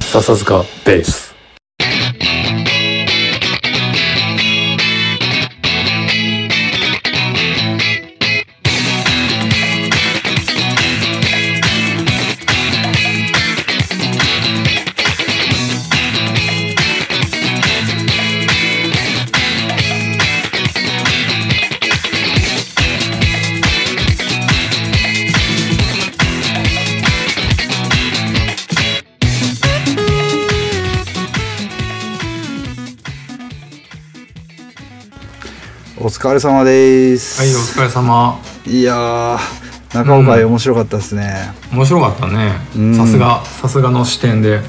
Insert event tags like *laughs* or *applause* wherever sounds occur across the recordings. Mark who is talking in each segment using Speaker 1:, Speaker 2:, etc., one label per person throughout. Speaker 1: 笹塚ベース
Speaker 2: お疲れ様です。
Speaker 3: はい、お疲れ様。
Speaker 2: いやー、中岡会面白かったですね。
Speaker 3: 面白かったね
Speaker 2: うん。
Speaker 3: さすが、さすがの視
Speaker 2: *laughs*
Speaker 3: 点で。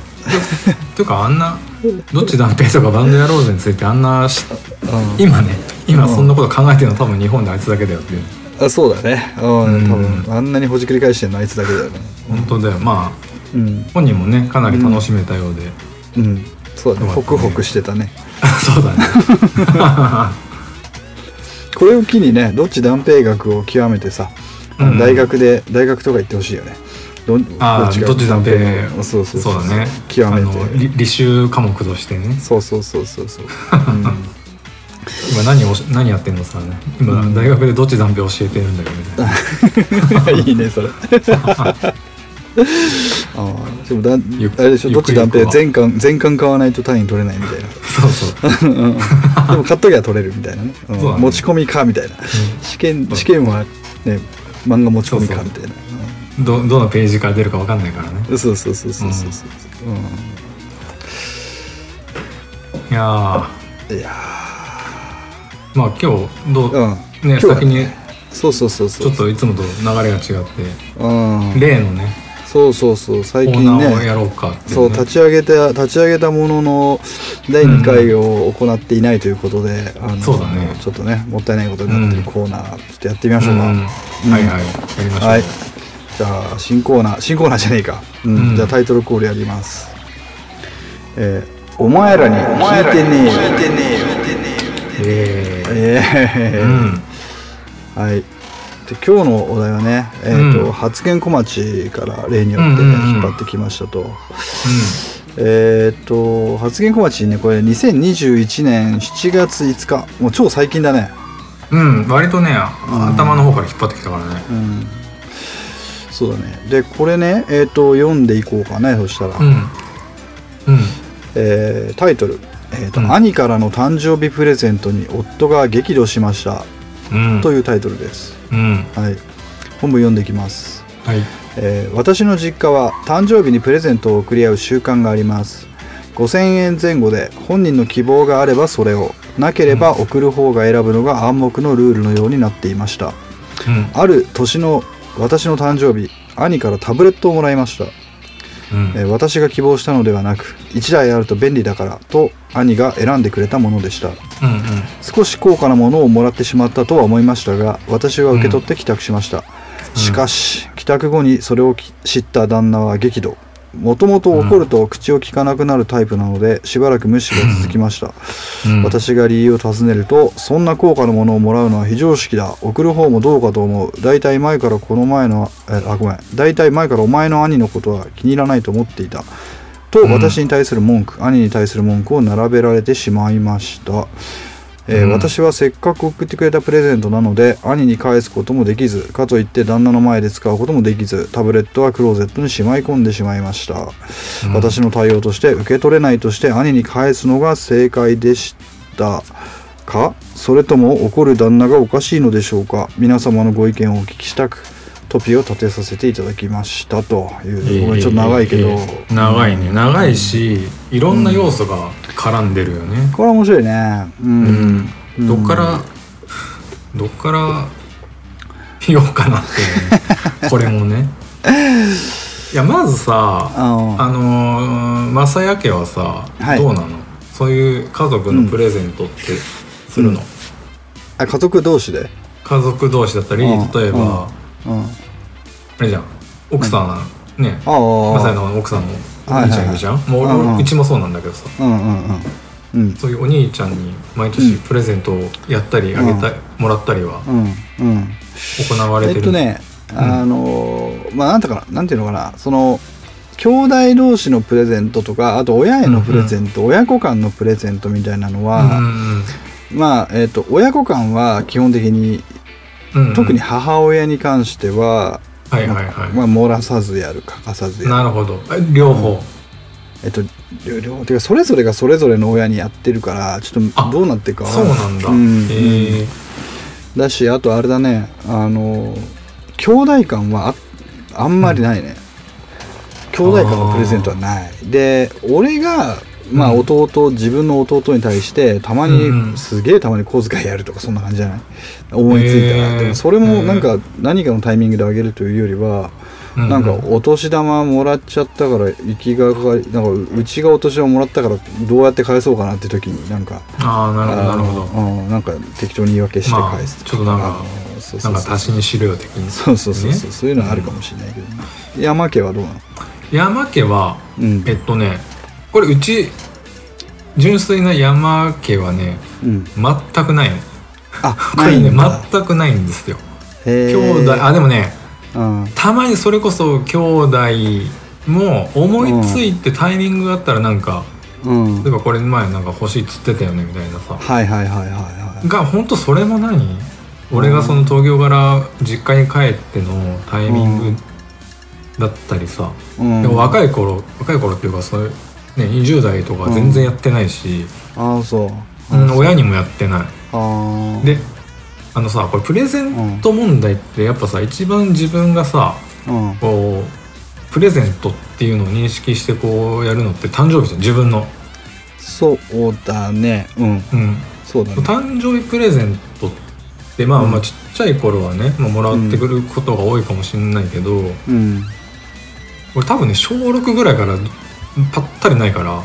Speaker 3: ていうか、あんな、どっち断平とかバンドやろうぜについて、あんなし、
Speaker 2: うん
Speaker 3: 今ね、今そんなこと考えてるの多分日本であいつだけだよっていう。
Speaker 2: あそうだね。うん、
Speaker 3: うん
Speaker 2: 多分あんなにほじくり返してるのあいつだけだよね。
Speaker 3: 本当だよ。まあ、
Speaker 2: うん、
Speaker 3: 本人もね、かなり楽しめたようで。
Speaker 2: うん、そうだね。
Speaker 3: よ
Speaker 2: ホ
Speaker 3: かった
Speaker 2: ク
Speaker 3: ね
Speaker 2: ホクしてたね。
Speaker 3: *laughs* そうだね。
Speaker 2: これを機にね、どっち断平学を極めてさ、
Speaker 3: うん
Speaker 2: 大学で大学とか行ってほしいよね。どんど
Speaker 3: ああ、
Speaker 2: が
Speaker 3: どっち断平。
Speaker 2: そうそう
Speaker 3: そうだね。
Speaker 2: 極め
Speaker 3: あのり
Speaker 2: て。
Speaker 3: 履修科目としてね。
Speaker 2: そうそうそうそう
Speaker 3: *laughs*
Speaker 2: そう。うん
Speaker 3: 今何をし、何やってんのさね。今、大学でどっち断平教えてるんだけどみ
Speaker 2: *laughs*
Speaker 3: たいな。
Speaker 2: いいね
Speaker 3: *laughs*
Speaker 2: それ。ああでもだ
Speaker 3: ゆっ
Speaker 2: んあれでしょ
Speaker 3: ゆ
Speaker 2: ど
Speaker 3: っ
Speaker 2: っち
Speaker 3: くり
Speaker 2: だん
Speaker 3: 行
Speaker 2: て
Speaker 3: くわ
Speaker 2: 全巻全巻買わないと単位取れないみたいな。
Speaker 3: そう
Speaker 2: う
Speaker 3: そう。
Speaker 2: んうんでも買っときゃ取れるみたいなね。うん
Speaker 3: そうだね
Speaker 2: 持ち込みかみたいな。試験試験はね漫画持ち込みかみたいな。
Speaker 3: どどのページから出るかわかんないからね
Speaker 2: うんそうそうそうそうそうそう。
Speaker 3: いやー
Speaker 2: うんいや
Speaker 3: まあ今日どう、
Speaker 2: ーうん
Speaker 3: ね
Speaker 2: 今日は
Speaker 3: 先に
Speaker 2: そうそうそうそ
Speaker 3: ちょ
Speaker 2: う
Speaker 3: っ。といつもと流れが違って
Speaker 2: うん
Speaker 3: 例のね
Speaker 2: そうそうそう最
Speaker 3: コー
Speaker 2: 近
Speaker 3: ナ
Speaker 2: ね
Speaker 3: ーを。やろうかってい,、
Speaker 2: そうう
Speaker 3: ね、
Speaker 2: 立ち上げた立ち上げたものの第2回を行っていないということで、あの
Speaker 3: そうだね
Speaker 2: ちょっとねもったいないことになってるコーナー、ちょっとやってみましょ
Speaker 3: う
Speaker 2: うんか、
Speaker 3: はいはいやりましょう、
Speaker 2: はいじゃあ新コーナー新コーナーじゃねえか、うん
Speaker 3: うん
Speaker 2: じゃあタイトルコールやりますえーお前らに聞いてねえよ
Speaker 3: えー
Speaker 2: え
Speaker 3: う
Speaker 2: ー
Speaker 3: ん
Speaker 2: はいで今日のお題はね、えーと
Speaker 3: うん
Speaker 2: 発言小町から例によって
Speaker 3: うんうんうん
Speaker 2: 引っ張ってきましたと、えー、と発言小町ねこれ2021年7月5日もう超最近だね、
Speaker 3: うん、うん、割とね頭の方から引っ張ってきたからね
Speaker 2: うん、そうだねでこれね、えー、と読んでいこうかねそしたら、
Speaker 3: うんうん
Speaker 2: えータイトル、えーと
Speaker 3: うん
Speaker 2: 兄からの誕生日プレゼントに夫が激怒しました」
Speaker 3: うん
Speaker 2: というタイトルです、
Speaker 3: うん
Speaker 2: はい、本文読んでいきます
Speaker 3: はい
Speaker 2: えー私の実家は誕生日にプレゼントを贈り合う習慣があります5000円前後で本人の希望があればそれをなければ贈る方が選ぶのが暗黙のルールのようになっていました
Speaker 3: うん
Speaker 2: ある年の私の誕生日兄からタブレットをもらいました、
Speaker 3: うん
Speaker 2: えー私が希望したのではなく1台あると便利だからと兄が選んでくれたものでした
Speaker 3: うん
Speaker 2: 少し高価なものをもらってしまったとは思いましたが私は受け取って帰宅しました、しかし帰宅後にそれをき知った旦那は激怒もともと怒ると口を聞かなくなるタイプなのでしばらく無視が続きました、
Speaker 3: うんうん
Speaker 2: 私が理由を尋ねるとそんな高価なものをもらうのは非常識だ送る方もどうかと思う大体前からこの前のえあごめん大体前からお前の兄のことは気に入らないと思っていたと
Speaker 3: ん
Speaker 2: 私に対する文句、兄に対する文句を並べられてしまいました、えー
Speaker 3: うん
Speaker 2: 私はせっかく送ってくれたプレゼントなので兄に返すこともできずかといって旦那の前で使うこともできずタブレットはクローゼットにしまい込んでしまいました、私の対応として受け取れないとして兄に返すのが正解でしたかそれとも怒る旦那がおかしいのでしょうか皆様のご意見をお聞きしたくトピを立てさせていただきましたという、ごめんちょっと長いけど、
Speaker 3: えー長いね長いしいろんな要素が絡んでるよね、
Speaker 2: これは面白いねうん、
Speaker 3: どっから、どっから言おうかなっ
Speaker 2: *laughs*
Speaker 3: て、これもね。いや、まずさ、
Speaker 2: あ
Speaker 3: あのー、正也家はさ、
Speaker 2: はい
Speaker 3: どうなのそういう家族のプレゼントってするの、
Speaker 2: あ家族同士で、
Speaker 3: 家族同士だったり、
Speaker 2: うん
Speaker 3: 例えば、
Speaker 2: うん
Speaker 3: あ
Speaker 2: うん、あ
Speaker 3: れじゃん、奥さん、ね、
Speaker 2: あ
Speaker 3: 正也の奥さんもお兄ちゃんいるじゃん、もう
Speaker 2: はいはい
Speaker 3: 俺
Speaker 2: うんうん
Speaker 3: うちもそうなんだけどさ。
Speaker 2: うんうんうんうん
Speaker 3: そういうお兄ちゃんに毎年プレゼントをやったりあげたり、もらったりは
Speaker 2: うんうん
Speaker 3: 行われ
Speaker 2: え
Speaker 3: てる
Speaker 2: っと
Speaker 3: の
Speaker 2: ね、
Speaker 3: ん
Speaker 2: あのーまあなんとかななんていうのかなその兄弟同士のプレゼントとかあと親へのプレゼント、親子間のプレゼントみたいなの
Speaker 3: う
Speaker 2: は、
Speaker 3: ん
Speaker 2: まあえっ、と親子間は基本的に
Speaker 3: うんうん
Speaker 2: 特に母親に関しては、
Speaker 3: はいはいはい、
Speaker 2: まあ、漏らさずやる欠かさずやる
Speaker 3: なるほどえ両方、
Speaker 2: えっと、両両てかそれぞれがそれぞれの親にやってるからちょっと
Speaker 3: あ
Speaker 2: どうなってるかわか
Speaker 3: そう
Speaker 2: な
Speaker 3: ん
Speaker 2: い
Speaker 3: なんだ、
Speaker 2: うん
Speaker 3: えー
Speaker 2: だしあとあれだねあの兄弟間はああんまりないね、兄弟間のプレゼントはないで俺がまあ
Speaker 3: うん
Speaker 2: 弟、自分の弟に対してたまに、
Speaker 3: うんうん
Speaker 2: すげえたまに小遣いやるとかそんな感じじゃない思いついたら、
Speaker 3: へえ
Speaker 2: でもそれもなんか何かのタイミングであげるというよりは、
Speaker 3: う
Speaker 2: なんかお年玉もらっちゃったから行きがかりなんかうちがお年玉もらったからどうやって返そうかなって時になんか
Speaker 3: ああなるほどなるほど
Speaker 2: あのうんなんか適当に言い訳して
Speaker 3: ま
Speaker 2: 返
Speaker 3: あ
Speaker 2: す
Speaker 3: ちょっとなんか
Speaker 2: あのそう
Speaker 3: な
Speaker 2: そ
Speaker 3: ん
Speaker 2: う
Speaker 3: か
Speaker 2: そう
Speaker 3: 足しにしろよ的に
Speaker 2: そうそうそうそう、
Speaker 3: ね
Speaker 2: そういうのはあるかもしれないけどね、山家はどうなの
Speaker 3: 山家は
Speaker 2: うん
Speaker 3: えっとねこれうち純粋な山家はね
Speaker 2: うん
Speaker 3: 全くないの
Speaker 2: あ
Speaker 3: これね
Speaker 2: んだ
Speaker 3: 全くないんですよ
Speaker 2: へー
Speaker 3: 兄弟あでもね
Speaker 2: うん
Speaker 3: たまにそれこそ兄弟も思いついてタイミングがあったらなんか、
Speaker 2: うん
Speaker 3: 例えばこれ前なんか欲しいっつってたよねみたいなさ
Speaker 2: はいはいはいはいはい
Speaker 3: が本当それも何俺がその東京から実家に帰ってのタイミングだったりさ、
Speaker 2: うん
Speaker 3: でも若い頃若い頃っていうかそれ、ね、20代とか全然やってないし、
Speaker 2: ああそう
Speaker 3: うん親にもやってな
Speaker 2: ああ
Speaker 3: いであのさこれプレゼント問題ってやっぱさ一番自分がさ
Speaker 2: うんうん
Speaker 3: こうプレゼントっていうのを認識してこうやるのって誕生日じゃん自分の、
Speaker 2: そうだねうん
Speaker 3: うん、
Speaker 2: そうだね
Speaker 3: 誕生日プレゼントってまあ
Speaker 2: うん
Speaker 3: まあちっちゃい頃はね、まあ、もらってくることが多いかもしれないけど、
Speaker 2: うん
Speaker 3: 俺多分ね小6ぐらいからぱったりないから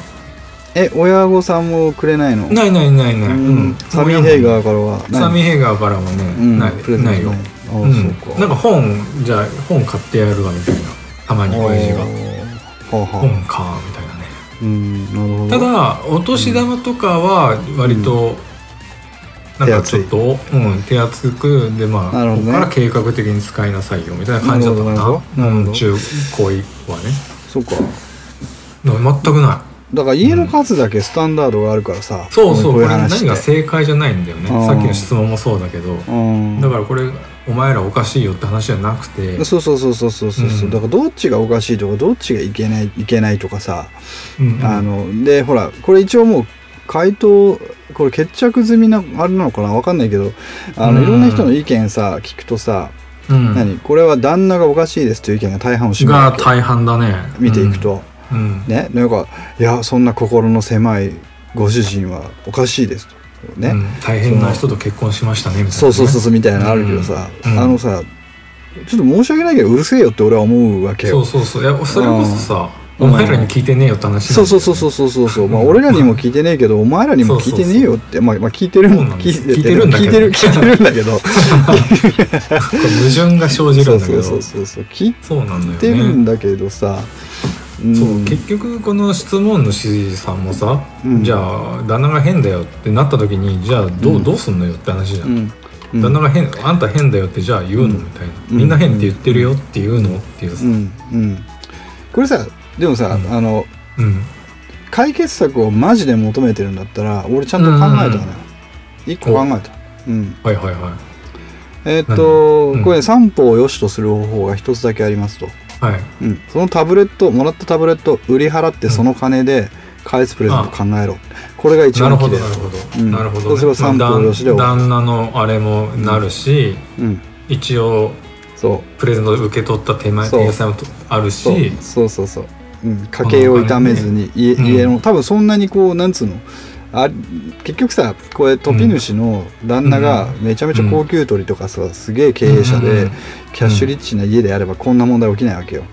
Speaker 2: え親御さんもくれないの
Speaker 3: ないないないない、
Speaker 2: うん
Speaker 3: うん、
Speaker 2: サミー・ヘイガーからはない
Speaker 3: サミーヘイガーからもね、
Speaker 2: うん
Speaker 3: ない
Speaker 2: プレゼント
Speaker 3: ないよ、
Speaker 2: ああ、
Speaker 3: うん、
Speaker 2: そうか
Speaker 3: なんか本じゃあ本買ってやるわみたいなたまに親父
Speaker 2: おー
Speaker 3: が
Speaker 2: はあはあ
Speaker 3: 本かみたいなね
Speaker 2: うんなるほど
Speaker 3: ただお年玉とかは割
Speaker 2: う
Speaker 3: と、
Speaker 2: ん
Speaker 3: なんかちょっと、うん、手厚くでま
Speaker 2: な
Speaker 3: あ、
Speaker 2: るほどね
Speaker 3: ここから計画的に使いなさいよみたいな感じだったか
Speaker 2: なるほどなる
Speaker 3: な
Speaker 2: ほど
Speaker 3: うん、中高以降はね
Speaker 2: そうか
Speaker 3: だから全くな
Speaker 2: だから家の数だけスタンダードがあるからさ、
Speaker 3: いそうそ
Speaker 2: こ
Speaker 3: うこ
Speaker 2: うい
Speaker 3: れ
Speaker 2: う話って
Speaker 3: 何が正解じゃないんだよね
Speaker 2: あー
Speaker 3: さっきの質問もそうだけど
Speaker 2: うん
Speaker 3: だからこれお前らおかしいよって話じゃなくて
Speaker 2: そうそうそうそうそうそう、
Speaker 3: うん
Speaker 2: だからどっちがおかしいとかどっちがいけないいけないとかさ、
Speaker 3: うんうん
Speaker 2: あのでほらこれ一応もう回答これ決着済みなあれなのかなわかんないけどあの、
Speaker 3: うん
Speaker 2: いろんな人の意見さ聞くとさ、
Speaker 3: うん
Speaker 2: 何これは旦那がおかしいですという意見が大半を占めるわ
Speaker 3: が
Speaker 2: け
Speaker 3: 大半だね
Speaker 2: 見ていく、と、
Speaker 3: うんうん
Speaker 2: ねなんか「いやそんな心の狭いご主人はおかしいです」とね、
Speaker 3: うん大変な人と結婚しましたねみたいなね、
Speaker 2: そうそうそうそうみたいなのあるけどさ、
Speaker 3: うん
Speaker 2: あのさちょっと申し訳ないけどうるせえよって俺は思うわけ
Speaker 3: そ
Speaker 2: よ
Speaker 3: うそうそういやそれこそさ、
Speaker 2: うん
Speaker 3: お前らに聞いてねえよって話
Speaker 2: そうそうそうそううそうそうそうまあ
Speaker 3: うん
Speaker 2: 俺らにも聞いてねえけ
Speaker 3: *laughs*
Speaker 2: どお前らにも聞いてねえよってまあまあ聞いてる
Speaker 3: そうなん
Speaker 2: 聞
Speaker 3: です
Speaker 2: い
Speaker 3: 聞いてるんだけど
Speaker 2: 聞いてる聞いてるんだけ
Speaker 3: *laughs*
Speaker 2: ど
Speaker 3: 矛盾が生じ
Speaker 2: そ
Speaker 3: る
Speaker 2: う
Speaker 3: んだけ
Speaker 2: そ
Speaker 3: ど
Speaker 2: う
Speaker 3: そ
Speaker 2: そううそうそう聞い
Speaker 3: なんだ
Speaker 2: て
Speaker 3: よ
Speaker 2: るん
Speaker 3: ね
Speaker 2: だけどさ
Speaker 3: そう結局この質問主さんもさ、
Speaker 2: うん
Speaker 3: じゃあ旦那が変だよってなった時にじゃあどう,、
Speaker 2: うん
Speaker 3: どうすんのよって話じゃん、
Speaker 2: うんうん
Speaker 3: 旦那が変あんた変だよってじゃあ言うのみたいな、
Speaker 2: うん
Speaker 3: みんな変って言ってるよって言うのっていう
Speaker 2: う
Speaker 3: さ、
Speaker 2: んうんこれさでもさ
Speaker 3: うん
Speaker 2: あの
Speaker 3: うん
Speaker 2: 解決策をマジで求めてるんだったら俺ちゃんと考えたのよ
Speaker 3: うん
Speaker 2: 一個考えたうん
Speaker 3: はいはいは
Speaker 2: えーっと、
Speaker 3: うん
Speaker 2: これね三方を良しとする方法が一つだけありますと、
Speaker 3: いはい
Speaker 2: うん、そのタブレットもらったタブレットを売り払ってその金で返すプレゼントを考えろ、これが一
Speaker 3: なる
Speaker 2: 番
Speaker 3: ほ
Speaker 2: 綺
Speaker 3: ど
Speaker 2: 麗
Speaker 3: なる
Speaker 2: だ
Speaker 3: ほ
Speaker 2: う
Speaker 3: ど、
Speaker 2: ん
Speaker 3: なるほど、
Speaker 2: そうすれば三方よしで
Speaker 3: 旦旦那のあれもなるし、
Speaker 2: うん
Speaker 3: 一応
Speaker 2: そ
Speaker 3: プレゼント受け取った手前
Speaker 2: そう
Speaker 3: 店さもとある
Speaker 2: うそう
Speaker 3: し
Speaker 2: そうそうそう、うん、家計を痛めずに、家
Speaker 3: うん
Speaker 2: 家の多分そんなにこうなんつうのあ結局さこれトピ主の旦那がめちゃめちゃ高級取りとかさすげえ経営者
Speaker 3: う
Speaker 2: で
Speaker 3: ん
Speaker 2: キャッシュリッチな家であればこんな問題起きないわけよ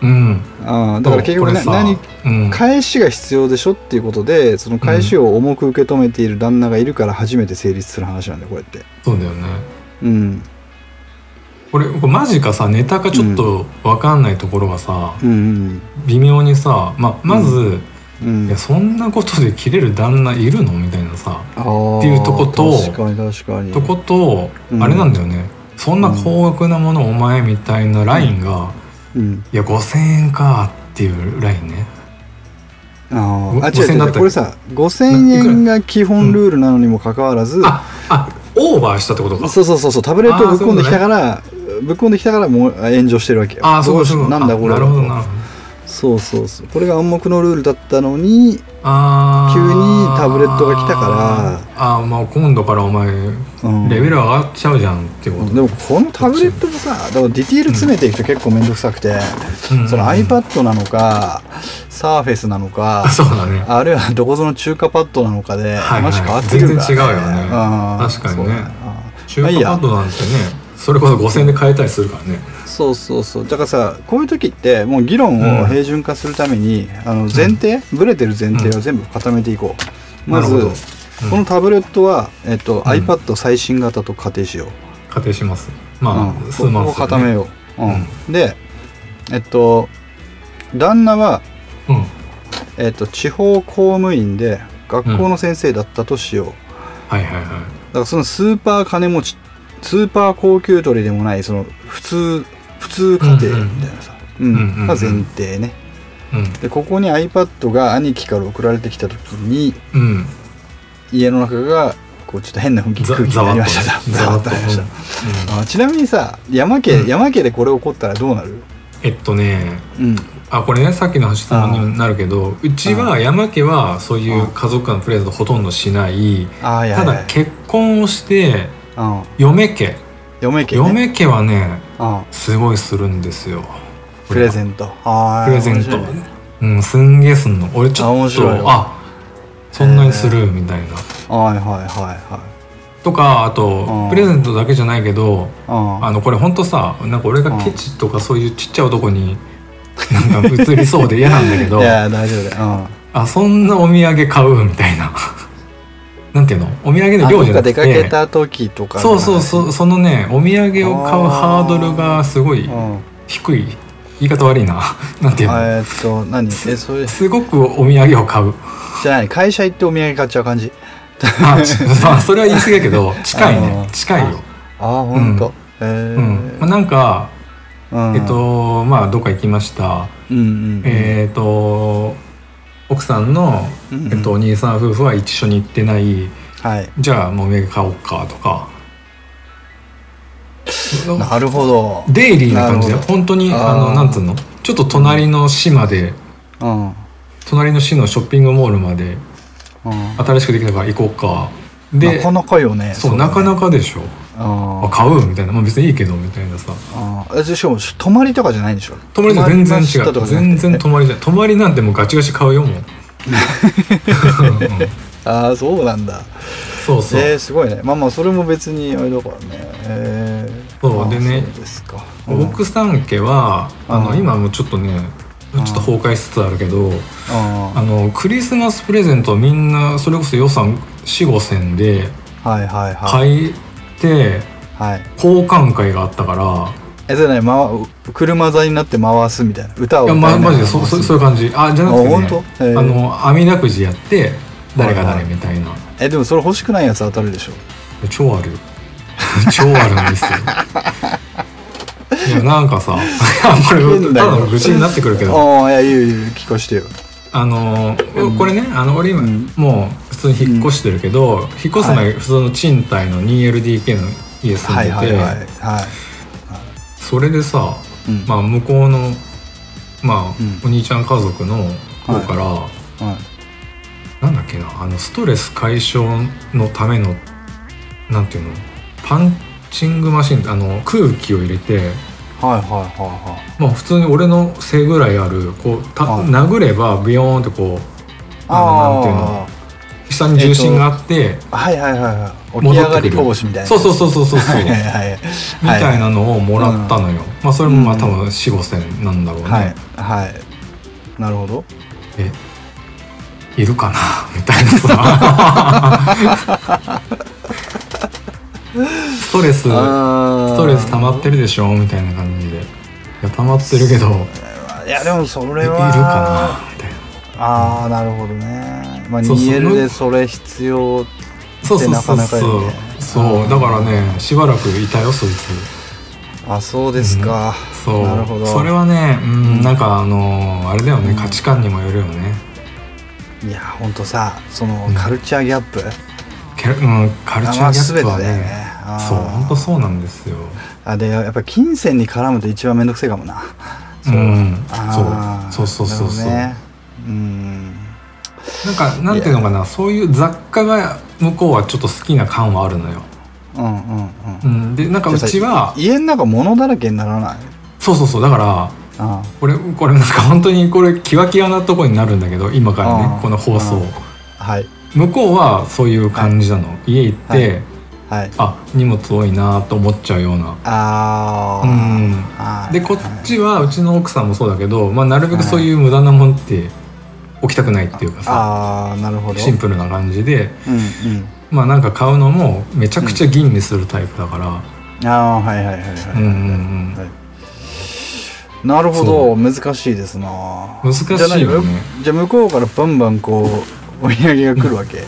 Speaker 3: うん
Speaker 2: あーだから結局な
Speaker 3: そうこれ
Speaker 2: 何
Speaker 3: さうん
Speaker 2: 返しが必要でしょっていうことでその返しを重く受け止めている旦那がいるから初めて成立する話なんだよこれって
Speaker 3: そうだよね
Speaker 2: うん
Speaker 3: これこれマジかさネタかちょっと分かんないところがさ、
Speaker 2: うん
Speaker 3: 微妙にさ、まあ、まず、
Speaker 2: うんうん
Speaker 3: いやそんなことで切れる旦那いるのみたいなさ
Speaker 2: あー
Speaker 3: っていうとこと
Speaker 2: 確かに確かに
Speaker 3: とこと、
Speaker 2: うん
Speaker 3: あれなんだよねそんな高額なものお前みたいなラインが、
Speaker 2: うん
Speaker 3: いや5,000円かっっていうラインね
Speaker 2: あー
Speaker 3: ご
Speaker 2: あ違う
Speaker 3: 5000円だ
Speaker 2: 違
Speaker 3: っ
Speaker 2: う
Speaker 3: た
Speaker 2: これさ5000円が基本ルールなのにもかかわらず、
Speaker 3: ああオーバーしたってことか
Speaker 2: そうそうそうそうタブレットをぶっ込んできたから、ぶっ込んできたからもうあ炎上してるわけよ
Speaker 3: ああそう
Speaker 2: ど
Speaker 3: か
Speaker 2: し
Speaker 3: そうか
Speaker 2: なんだ
Speaker 3: あ
Speaker 2: これ
Speaker 3: なるほどなるほど
Speaker 2: そうそうそうこれが暗黙のルールだったのに
Speaker 3: あー
Speaker 2: 急にタブレットが来たから
Speaker 3: あーまあ今度からお前
Speaker 2: うん
Speaker 3: レベル上がっちゃうじゃんってこと、
Speaker 2: でもこのタブレットもさだからディティール詰めていくと結構面倒くさくて、
Speaker 3: うん
Speaker 2: その iPad なのか Surface なのか
Speaker 3: あそうだね
Speaker 2: あるいはどこぞの中華パッドなのかで
Speaker 3: はいはい
Speaker 2: 話変わってくるから、
Speaker 3: 全然違うよね
Speaker 2: うん
Speaker 3: 確か
Speaker 2: そ
Speaker 3: にね
Speaker 2: うだよ
Speaker 3: 中華パッドなんてねそれこそ5000円で買えたりするからね
Speaker 2: そうそうそうだからさこういう時ってもう議論を平準化するために、あの前提ブレてる前提を全部固めていこう、まず、
Speaker 3: なるほどうん
Speaker 2: このタブレットは、えっと
Speaker 3: ん
Speaker 2: iPad 最新型と仮定しよう、
Speaker 3: 仮定しますまあ、
Speaker 2: うん
Speaker 3: 数万
Speaker 2: ここを
Speaker 3: する
Speaker 2: 固め
Speaker 3: ね
Speaker 2: よう、うんでえっと旦那は、
Speaker 3: うん
Speaker 2: えっと、地方公務員で学校の先生だったとしよう、
Speaker 3: はいはいはい
Speaker 2: だからそのスーパー金持ちスーパー高級取りでもないその普通普通家庭みたいなさ、うん
Speaker 3: うんうんう
Speaker 2: が
Speaker 3: ん
Speaker 2: 前提ねでここに iPad が兄貴から送られてきた時に
Speaker 3: うんうん
Speaker 2: 家の中がこうちょっと変な雰囲気
Speaker 3: ざ
Speaker 2: 空気
Speaker 3: ざ
Speaker 2: にな
Speaker 3: わっ
Speaker 2: り
Speaker 3: と
Speaker 2: ました
Speaker 3: ねざわっと
Speaker 2: なりました
Speaker 3: うん
Speaker 2: あちなみにさ山家、
Speaker 3: うん
Speaker 2: 山家でこれ起こったらどうなる
Speaker 3: えっとね
Speaker 2: うん
Speaker 3: あこれねさっきの質問になるけどうちは山家はそういう家族間のプレゼントほとんどしない
Speaker 2: ああいや
Speaker 3: た
Speaker 2: いや
Speaker 3: だ結婚をして
Speaker 2: うん、
Speaker 3: 嫁家
Speaker 2: 嫁家、ね、
Speaker 3: 嫁家はね
Speaker 2: うん
Speaker 3: すごいするんですよ
Speaker 2: プレゼントあー
Speaker 3: プレゼント
Speaker 2: 面白いね
Speaker 3: うんすんげえすんの俺ち
Speaker 2: あ
Speaker 3: ょ
Speaker 2: 面
Speaker 3: っ
Speaker 2: 白い
Speaker 3: とあそんなにするみたいな
Speaker 2: はいはいはい
Speaker 3: とかあと
Speaker 2: うん
Speaker 3: プレゼントだけじゃないけど
Speaker 2: はいうん
Speaker 3: あのこれほんとさなんか俺がケチとかそういうちっちゃい男になんか映りそうで嫌なんだけ
Speaker 2: *laughs*
Speaker 3: ど
Speaker 2: いや大丈夫だよ、うん
Speaker 3: あそんなお土産買うみたいな *laughs* なんていうのお土産の
Speaker 2: あ
Speaker 3: 量じゃな
Speaker 2: ど
Speaker 3: く
Speaker 2: っか出か
Speaker 3: て
Speaker 2: けた時とか
Speaker 3: そうそう
Speaker 2: う、
Speaker 3: そうそのねお土産を買うハードルがすごい
Speaker 2: うん、
Speaker 3: 低い言い方悪いな *laughs* なんていうの
Speaker 2: えーっと何えそれ
Speaker 3: すごくお土産を買う
Speaker 2: じゃあ何会社行ってお土産買っちゃう感じ
Speaker 3: あち *laughs* まあそれは言い過ぎやけど近い
Speaker 2: あ
Speaker 3: ね
Speaker 2: ー
Speaker 3: 近いよ、
Speaker 2: ああほんとへえ
Speaker 3: うんまあ、なんか
Speaker 2: うん
Speaker 3: えっとまあどっか行きました
Speaker 2: うんうん
Speaker 3: えっと奥さんの、
Speaker 2: うんうん
Speaker 3: えっと、お兄さん夫婦は一緒に行ってない
Speaker 2: はい
Speaker 3: じゃあもうお土産買おうかとか
Speaker 2: なるほど
Speaker 3: デイリーな感じで
Speaker 2: なるほ
Speaker 3: 本当にあ
Speaker 2: あ
Speaker 3: の
Speaker 2: ー
Speaker 3: なんつうのちょっと隣の市まで
Speaker 2: うんうん
Speaker 3: 隣の市のショッピングモールまで新しくできたから行こうか
Speaker 2: な
Speaker 3: で
Speaker 2: かなかよね
Speaker 3: そうなかなかでしょあ
Speaker 2: あ
Speaker 3: 買うみたいな、まあ、別にいいけどみたいなさ
Speaker 2: あしかも泊まりとかじゃないんでしょ
Speaker 3: 泊まりと全
Speaker 2: 泊まり
Speaker 3: 然
Speaker 2: まし
Speaker 3: 違
Speaker 2: たと
Speaker 3: う
Speaker 2: かじゃなく
Speaker 3: 全
Speaker 2: て
Speaker 3: 然泊まりじゃない泊まりなんてもうガチガチ買うよ
Speaker 2: *laughs*
Speaker 3: もううん
Speaker 2: ああそうなんだ
Speaker 3: そうそう、
Speaker 2: えーすごいねまあまあそれも別にあれだからねへえ
Speaker 3: そうでね
Speaker 2: そうですか
Speaker 3: 奥さん家はあの
Speaker 2: うん
Speaker 3: 今もうちょっとねちょっと崩壊しつつあるけど、
Speaker 2: あ
Speaker 3: あのクリスマスプレゼントをみんなそれこそ予算4 5千で
Speaker 2: はいはいはい
Speaker 3: 買って
Speaker 2: はい
Speaker 3: 交換会があったから
Speaker 2: えそれね、ま、車座になって回すみたいな歌を
Speaker 3: いや、
Speaker 2: 歌いな
Speaker 3: ま、
Speaker 2: がら
Speaker 3: マジでそそそういう感じあじゃなくて、
Speaker 2: あ本
Speaker 3: ね
Speaker 2: 当へえ
Speaker 3: あの網だくじやって誰が誰みたいな、
Speaker 2: えでもそれ欲しくないやつ当たるでしょ
Speaker 3: 超あるよ *laughs* 超あるんですよいやなんかさ *laughs* これ
Speaker 2: 変だ
Speaker 3: た
Speaker 2: よ
Speaker 3: だの愚痴になってくるけど
Speaker 2: ああいやいいよいいよ聞かしてよ
Speaker 3: あのこれねあの俺今、
Speaker 2: うん
Speaker 3: もう普通に引っ越してるけど、引っ越す前普通の賃貸の 2LDK の家住ん
Speaker 2: は
Speaker 3: で
Speaker 2: い
Speaker 3: て、
Speaker 2: はいはいは
Speaker 3: それでさ、
Speaker 2: いうん
Speaker 3: まあ、向こうの、まあ
Speaker 2: うん
Speaker 3: お兄ちゃん家族の方から、
Speaker 2: はい
Speaker 3: なんだっけなあのストレス解消のためのなんていうのパンチングマシンってあの空気を入れて、
Speaker 2: はいはいは
Speaker 3: まあ、普通に俺の背ぐらいあるこうた
Speaker 2: はい
Speaker 3: 殴ればビヨーンってこ
Speaker 2: い
Speaker 3: うあのなんていうの下に重心があって、
Speaker 2: はいはいはいはい起き
Speaker 3: 戻っ
Speaker 2: 上
Speaker 3: てく
Speaker 2: が
Speaker 3: る
Speaker 2: りこぼしみたいな
Speaker 3: そうそうそうそうそうそう
Speaker 2: はいはい
Speaker 3: み
Speaker 2: はい
Speaker 3: たいなのをもらったのよ、まあそれもまあ多分45千なんだろうね、
Speaker 2: はいはいはいなるほど
Speaker 3: えいるかな *laughs* みたいなさ
Speaker 2: *laughs*
Speaker 3: ストレスス
Speaker 2: あー
Speaker 3: トレス溜まってるでしょみたいな感じでいや溜まってるけどいい
Speaker 2: いやでもそれ
Speaker 3: る
Speaker 2: は
Speaker 3: かなみたいな
Speaker 2: ああなるほどねまあ
Speaker 3: そうそう
Speaker 2: 2L でそれ必要
Speaker 3: そうそうそう
Speaker 2: なかなかい
Speaker 3: そう
Speaker 2: るね
Speaker 3: そうだからねしばらくいたよそいつ
Speaker 2: あそうですか、
Speaker 3: そそう
Speaker 2: なるほど
Speaker 3: それはね、うん
Speaker 2: うん
Speaker 3: なんかあのーあれだよね、
Speaker 2: うん
Speaker 3: 価値観にもよるよね
Speaker 2: いやほんとさその
Speaker 3: うん
Speaker 2: カルチャーギャップ、
Speaker 3: けうん、カルチャーギャップ
Speaker 2: ま
Speaker 3: はね
Speaker 2: あ全てだよねあー
Speaker 3: そう本当そうなんですよ
Speaker 2: あでやっぱ金銭に絡むと一番めんどくせえかもな
Speaker 3: う、ん
Speaker 2: あー
Speaker 3: そうそうそうそうそう、
Speaker 2: なるほどねうん
Speaker 3: なんかなんていうのかなそういう雑貨が向こうはちょっと好きな感はあるの
Speaker 2: うん
Speaker 3: よ、
Speaker 2: うんうん
Speaker 3: うん、でなんかうちは
Speaker 2: 家の中物だらけにならない
Speaker 3: そうそうそうだから
Speaker 2: あ
Speaker 3: これこれなんか本当にこれキワキワなとこになるんだけど今から
Speaker 2: あ
Speaker 3: ね
Speaker 2: ー
Speaker 3: この放送
Speaker 2: あはい
Speaker 3: 向こうはそういう感じなの、家行って、
Speaker 2: はいはい
Speaker 3: あ荷物多いなと思っちゃうような
Speaker 2: あ
Speaker 3: う
Speaker 2: ー
Speaker 3: ん
Speaker 2: はい
Speaker 3: でこっちはうちの奥さんもそうだけど、まあ、なるべくそういう無駄なもんって置きたくないっていうかさ
Speaker 2: ああなるほど
Speaker 3: シンプルな感じで
Speaker 2: うんうん
Speaker 3: まあなんか買うのもめちゃくちゃ吟味するタイプだから、
Speaker 2: ああはいはいはいはい、
Speaker 3: うんうんうん
Speaker 2: はいなるほど難しいですな
Speaker 3: 難しいよね
Speaker 2: じゃあ何じゃあ向こうからバンバンこうお土産が来るわけ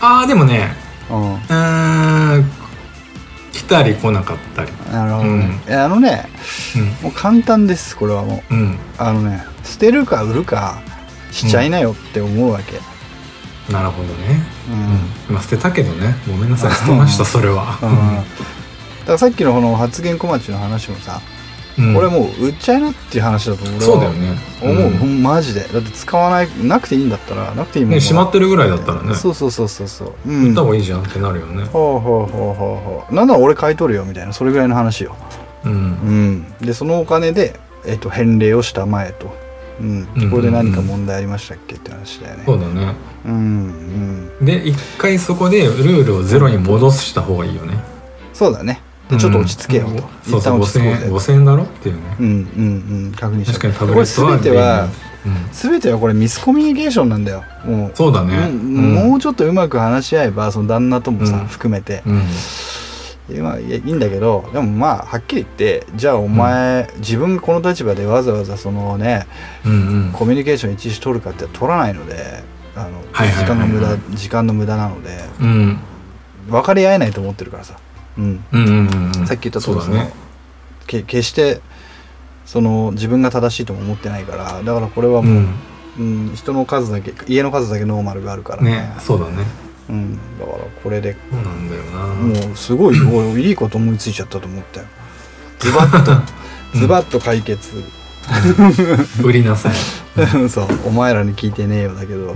Speaker 3: ああでもね
Speaker 2: うん
Speaker 3: うーん来たり来なかったり
Speaker 2: なるほどね、えあのねもう簡単ですこれはもう
Speaker 3: うんうん
Speaker 2: あのね捨てるか売るかしちゃいなよって思うわけ
Speaker 3: なるほどね、
Speaker 2: うん、
Speaker 3: う
Speaker 2: うん
Speaker 3: んまあ捨てたけどねごめんなさい捨て
Speaker 2: *laughs*
Speaker 3: ましたそれは
Speaker 2: だからさっきのこの発言小町の話もさ、
Speaker 3: うん、
Speaker 2: これもう売っちゃいなっていう話だと俺は
Speaker 3: そうだよね
Speaker 2: 思う、ほ
Speaker 3: ん
Speaker 2: んマジでだって使わないなくていいんだったらなくていいもん
Speaker 3: ねしまってるぐらいだったらね
Speaker 2: そうそうそうそうそう
Speaker 3: 売
Speaker 2: う
Speaker 3: っ
Speaker 2: ん
Speaker 3: た
Speaker 2: ほ
Speaker 3: 方
Speaker 2: う
Speaker 3: がいいじゃんってなるよね
Speaker 2: ほうほうほうほうなんなら俺買い取るよみたいなそれぐらいの話よ
Speaker 3: うん
Speaker 2: うんでそのお金で、えっと返礼をしたまえとうん
Speaker 3: うん
Speaker 2: これで何か問題ありましたっけって話だよね
Speaker 3: そうだね
Speaker 2: うんうん
Speaker 3: で一回そこでルールをゼロに戻した方がいいよね
Speaker 2: そうだねでちょっと落ち着けようと、
Speaker 3: うんそうそう
Speaker 2: 落ち着
Speaker 3: 5000
Speaker 2: こ
Speaker 3: 円
Speaker 2: うぜ
Speaker 3: 5000円だろっていうね
Speaker 2: うんうんうん確認し
Speaker 3: 確
Speaker 2: た
Speaker 3: かにタブ
Speaker 2: こ
Speaker 3: レ
Speaker 2: れ
Speaker 3: ットは
Speaker 2: 全ては
Speaker 3: 便利うん
Speaker 2: 全てはこれミスコミュニケーションなんだよもう
Speaker 3: そうだね
Speaker 2: うんも
Speaker 3: う
Speaker 2: うちょっとうまく話し合えばその旦那ともさ、
Speaker 3: うん
Speaker 2: 含めて、
Speaker 3: うん
Speaker 2: まあいやいいんだけどでもまあはっきり言ってじゃあお前、自分がこの立場でわざわざそのね
Speaker 3: うんうん
Speaker 2: コミュニケーション一時取るかって取らないのであの
Speaker 3: はいはい
Speaker 2: 時間の無
Speaker 3: はい
Speaker 2: 駄時間の無駄なので
Speaker 3: うん
Speaker 2: 分かり合えないと思ってるからさうん
Speaker 3: うんうんうん
Speaker 2: さっき言った通
Speaker 3: そう
Speaker 2: り
Speaker 3: だ
Speaker 2: その
Speaker 3: ね
Speaker 2: け決してその自分が正しいとも思ってないからだからこれは
Speaker 3: う
Speaker 2: もう、
Speaker 3: ん
Speaker 2: うん人の数だけ家の数だけノーマルがあるからね
Speaker 3: ねそうだね
Speaker 2: うん、だからこれで
Speaker 3: そうなんだよな
Speaker 2: もうすごいおいいこと思いついちゃったと思ったよズバッとズバッと解決、
Speaker 3: 売りなさい
Speaker 2: *laughs* そうお前らに聞いてねえよだけど、うん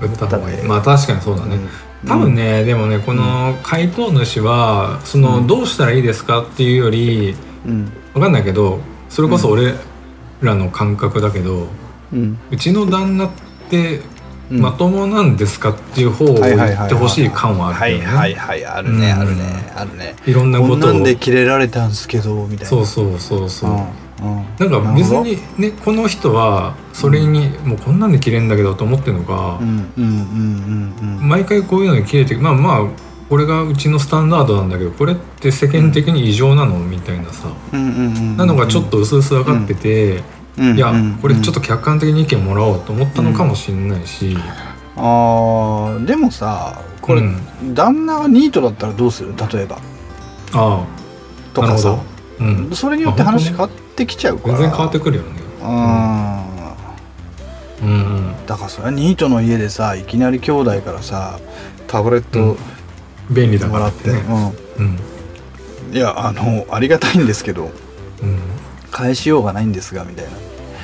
Speaker 3: 売った方がいい
Speaker 2: 売
Speaker 3: まあ確かにそうだね
Speaker 2: うん
Speaker 3: 多分ねでもねこの回答主はそのどうしたらいいですかっていうより
Speaker 2: うん
Speaker 3: わかんないけどそれこそ俺らの感覚だけど
Speaker 2: うん
Speaker 3: うちの旦那って
Speaker 2: うん
Speaker 3: まともなんですかっていう方を
Speaker 2: はい
Speaker 3: 言
Speaker 2: はいはいはい
Speaker 3: ってほしい感はあ
Speaker 2: は
Speaker 3: る
Speaker 2: い
Speaker 3: けど
Speaker 2: はい
Speaker 3: ね
Speaker 2: はいあるね、
Speaker 3: うん
Speaker 2: あるねあるね
Speaker 3: いろんな
Speaker 2: こ
Speaker 3: こ
Speaker 2: ん
Speaker 3: と
Speaker 2: な
Speaker 3: を
Speaker 2: んでキレられたんすけどみたいな
Speaker 3: そうそうそうそう
Speaker 2: うんうん
Speaker 3: なんか別
Speaker 2: なる
Speaker 3: にねこの人はそれにもうこんなんで切れんだけどと思ってるのか
Speaker 2: ほどうんうんうんうん
Speaker 3: 毎回こういうのに切れてまあまあこれがうちのスタンダードなんだけどこれって世間的に異常なのみたいなさ
Speaker 2: うんうんうんうん
Speaker 3: なのがちょっと薄々分かってていやこれちょっ
Speaker 2: と
Speaker 3: と客観的に意見もらおうと思ったのかもしれないし
Speaker 2: あーでもさこれ、
Speaker 3: うん
Speaker 2: 旦那がニートだったらどうする例えば
Speaker 3: ああ
Speaker 2: と
Speaker 3: なる
Speaker 2: か
Speaker 3: ほ
Speaker 2: さ
Speaker 3: ど、うん、
Speaker 2: それによって話変わってきちゃうか
Speaker 3: 全
Speaker 2: ら
Speaker 3: 然変わってくるよね
Speaker 2: う
Speaker 3: うんうん
Speaker 2: んだからそれはニートの家でさいきなり兄弟からさタブレット
Speaker 3: 便利だ
Speaker 2: も
Speaker 3: からら
Speaker 2: っ、
Speaker 3: っててねうん
Speaker 2: うんいやあのありがたいんですけど
Speaker 3: うん
Speaker 2: 返しようがないんですがみたいな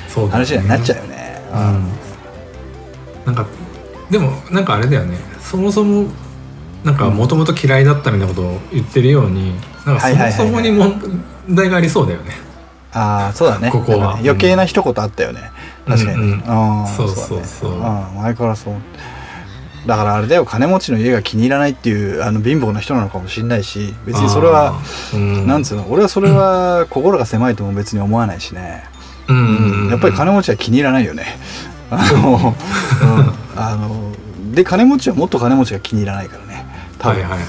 Speaker 3: そうだね
Speaker 2: 話になっちゃうよね
Speaker 3: うん、なんかでもなんかあれだよねそもそもなんかもともと嫌いだったみたいなことを言ってるようになん
Speaker 2: はいは
Speaker 3: か
Speaker 2: い
Speaker 3: そ
Speaker 2: はい
Speaker 3: もそもに問題がありそうだよね。
Speaker 2: ああそうだね
Speaker 3: ここは
Speaker 2: なんかね余計な一言あったよね確かに、
Speaker 3: うんうん
Speaker 2: ああ
Speaker 3: そうそうそう
Speaker 2: だねああ前からそうだからあれだよ金持ちの家が気に入らないっていうあの貧乏な人なのかもしれないし別にそれは
Speaker 3: あー、うん、
Speaker 2: なんつうの俺はそれは心が狭いとも別に思わないしね、
Speaker 3: うんうんうん、
Speaker 2: やっぱり金持ちは気に入らないよねあの、うん、あので金持ちはもっと金持ちが気に入らないからね多
Speaker 3: はい
Speaker 2: 分、
Speaker 3: はいはい、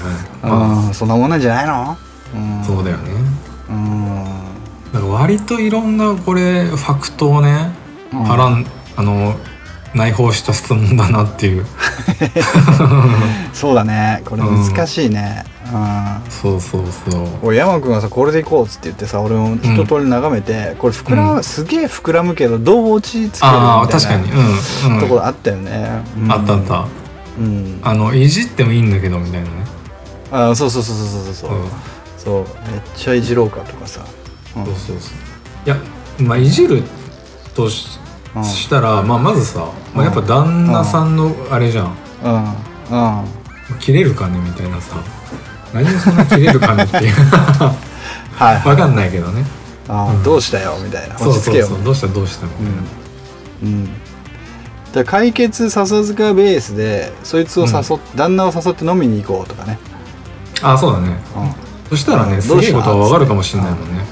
Speaker 3: ま
Speaker 2: うん、そんなもんなんじゃないの、うん、
Speaker 3: あ、そうだよね
Speaker 2: うん
Speaker 3: なんか割といろんなこれファクトをね
Speaker 2: うん
Speaker 3: 絡んあの内包した質問だなっていう
Speaker 2: そうだねこれ難しいねうん、
Speaker 3: そうそうそう
Speaker 2: 俺山君がさこれでいこうっつって言ってさ俺も一通り眺めて、これ膨らむ、
Speaker 3: うん
Speaker 2: すげえ膨らむけどどう落ち着けるみたい
Speaker 3: ああ
Speaker 2: な
Speaker 3: ー確かにうん、うん、
Speaker 2: ところあったよね、うん
Speaker 3: あったあった
Speaker 2: うん
Speaker 3: あのいじってもいいんだけどみたいなね
Speaker 2: あーそうそうそうそうそうそう
Speaker 3: うん
Speaker 2: そうめっちゃいじろうかとかさ、うん
Speaker 3: そうそうそういやまあいじるとし
Speaker 2: うん
Speaker 3: したら、まあ、まずさ、まあ、やっぱ旦那さんのあれじゃん
Speaker 2: うんうん
Speaker 3: 切れるかねみたいなさ何もそんな切れるかねっていう *laughs*
Speaker 2: はい、
Speaker 3: わかんないけどね
Speaker 2: あーどうしたよみたいな
Speaker 3: そう
Speaker 2: 落ち着
Speaker 3: そ
Speaker 2: け
Speaker 3: う
Speaker 2: よ
Speaker 3: そうどうしたどうしたみたいな、
Speaker 2: うん、うん、じゃあ解決笹塚ベースでそいつを誘っ、旦那を誘って飲みに行こうとかね、
Speaker 3: あそうだね
Speaker 2: うん、
Speaker 3: そしたら
Speaker 2: う
Speaker 3: ね
Speaker 2: ん
Speaker 3: すげえことはわかるかもしれないもんね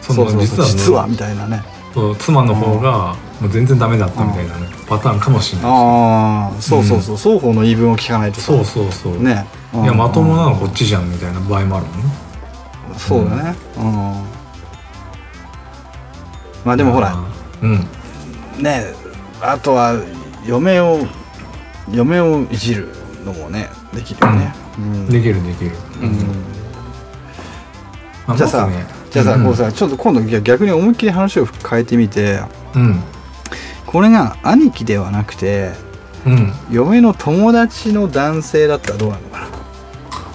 Speaker 3: そ
Speaker 2: そう
Speaker 3: の
Speaker 2: そう
Speaker 3: 実
Speaker 2: そう
Speaker 3: は
Speaker 2: 実は
Speaker 3: もう
Speaker 2: みたいなね
Speaker 3: そう妻の方がもう全然ダメだったみたいなねパターンかもしれない
Speaker 2: ああそうそうそう、双方の言い分を聞かないとさ
Speaker 3: そうそうそう、
Speaker 2: ね、うん
Speaker 3: いやまともなのこっちじゃんみたいな場合もあるもんね
Speaker 2: そうだねうん、まあでもほら、
Speaker 3: うん
Speaker 2: ねあとは嫁を嫁をいじるのもねできるよね、うん
Speaker 3: できるできる、
Speaker 2: うん
Speaker 3: ま
Speaker 2: じゃあさ、
Speaker 3: まずね
Speaker 2: じゃあさ、
Speaker 3: うん
Speaker 2: こうさちょっと今度逆に思いっきり話を変えてみて
Speaker 3: うん
Speaker 2: これが兄貴ではなくて
Speaker 3: うん
Speaker 2: 嫁の友達の男性だったらどうなのかな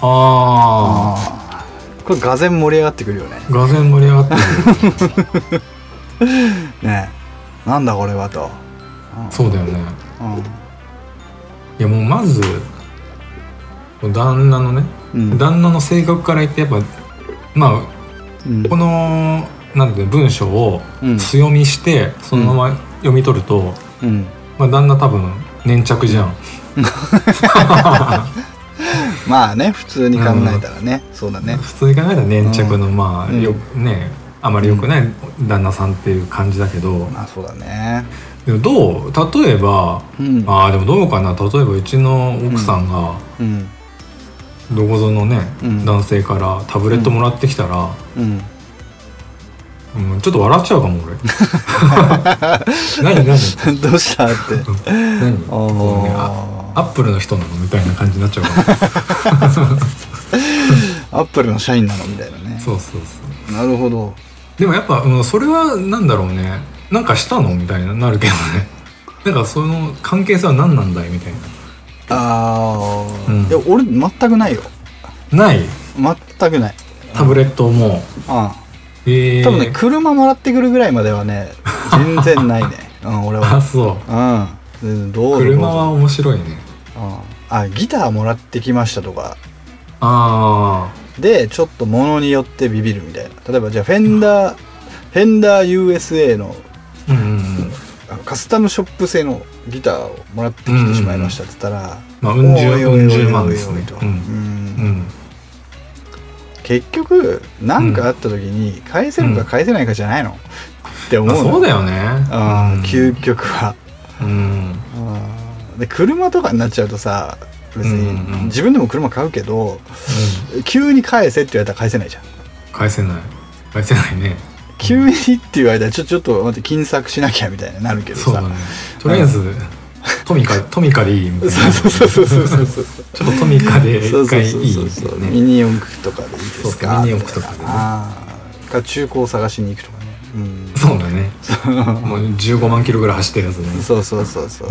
Speaker 3: あ
Speaker 2: あーこれがぜ盛り上がってくるよね
Speaker 3: あがぜん盛り上がってる
Speaker 2: ねえなんだこれはと、
Speaker 3: そうだよね
Speaker 2: う
Speaker 3: いやもうまず旦那のね、
Speaker 2: んうん
Speaker 3: 旦那の性格から言ってやっぱまあ
Speaker 2: うん
Speaker 3: このなんていうの文章を
Speaker 2: うん
Speaker 3: 強みしてそのまま読み取ると、
Speaker 2: うん
Speaker 3: まあ、旦那多分粘着じゃん、
Speaker 2: まあね普通に考えたらね、そうだね
Speaker 3: 普通に考えたら粘着のまあ、
Speaker 2: うん
Speaker 3: よねあまり良くない旦那さんっていう感じだけど、
Speaker 2: まあそうだね
Speaker 3: でもどう例えば
Speaker 2: うん
Speaker 3: ああでもどうかな例えばうちの奥さんが
Speaker 2: うん
Speaker 3: どこぞのね、
Speaker 2: うん
Speaker 3: 男性からタブレットもらってきたら、
Speaker 2: うん
Speaker 3: うんちょっと笑っちゃうかも俺何何
Speaker 2: *laughs* どう *laughs* したって
Speaker 3: 何
Speaker 2: あー
Speaker 3: こうねあアップルの人なのみたいな感じになっちゃう
Speaker 2: *laughs*
Speaker 3: から
Speaker 2: アップルの社員なのみたいなね
Speaker 3: そうそうそう
Speaker 2: なるほど
Speaker 3: でもやっぱ、うん、それはなんだろうねなんかしたのみたいになるけどね *laughs* なんかその関係性は何なんだいみたい
Speaker 2: ああ、
Speaker 3: うん
Speaker 2: いや俺全くないよ
Speaker 3: なない
Speaker 2: 全くない
Speaker 3: タブレットも
Speaker 2: あ
Speaker 3: えー、
Speaker 2: 多分ね車もらってくるぐらいまではね全然 *laughs* ないねうん俺
Speaker 3: あ
Speaker 2: は
Speaker 3: そ
Speaker 2: うん全然どうぞど
Speaker 3: う
Speaker 2: うぞ
Speaker 3: 車は面白いね
Speaker 2: うんあギターもらってきましたとか
Speaker 3: あ
Speaker 2: でちょっと物によってビビるみたいな例えばじゃあフェンダー、フェンダー USA の
Speaker 3: あうんうんうん
Speaker 2: あのカスタムショップ製のギターをもらってきてしまいましたって言ったら、
Speaker 3: まあうん十
Speaker 2: おいおいおいおいおい
Speaker 3: うん十万ですね
Speaker 2: と
Speaker 3: う
Speaker 2: うん
Speaker 3: んうん
Speaker 2: 結局何かあった時に返せるか返せないかじゃないの、って思
Speaker 3: まあ
Speaker 2: うの
Speaker 3: そうだよね
Speaker 2: あ
Speaker 3: うん
Speaker 2: ー究極は
Speaker 3: うん
Speaker 2: あーで車とかになっちゃうとさ別
Speaker 3: うんうんう
Speaker 2: に
Speaker 3: ん
Speaker 2: 自分でも車買うけど急に返せって言われたら返せないじゃん
Speaker 3: 返せない返せないね
Speaker 2: 急にって言われたらちょちょっと待って金策しなきゃみたいになるけど
Speaker 3: そうだ
Speaker 2: さ
Speaker 3: ねとりあえずトミカトミカでいいみたいな
Speaker 2: そうそうそうそうそうそう
Speaker 3: ちょっとトミカで
Speaker 2: そうそう
Speaker 3: 一回い
Speaker 2: そう
Speaker 3: い
Speaker 2: そう
Speaker 3: み
Speaker 2: そう
Speaker 3: たいな
Speaker 2: ミ
Speaker 3: ね
Speaker 2: ニ四駆とかでいいですか
Speaker 3: そうそうミニ四駆とかでね
Speaker 2: あーか中古を探しに行くとかねうん
Speaker 3: そうだねもう15万キロぐらい走ってるやつね
Speaker 2: そうそうそうそうそう、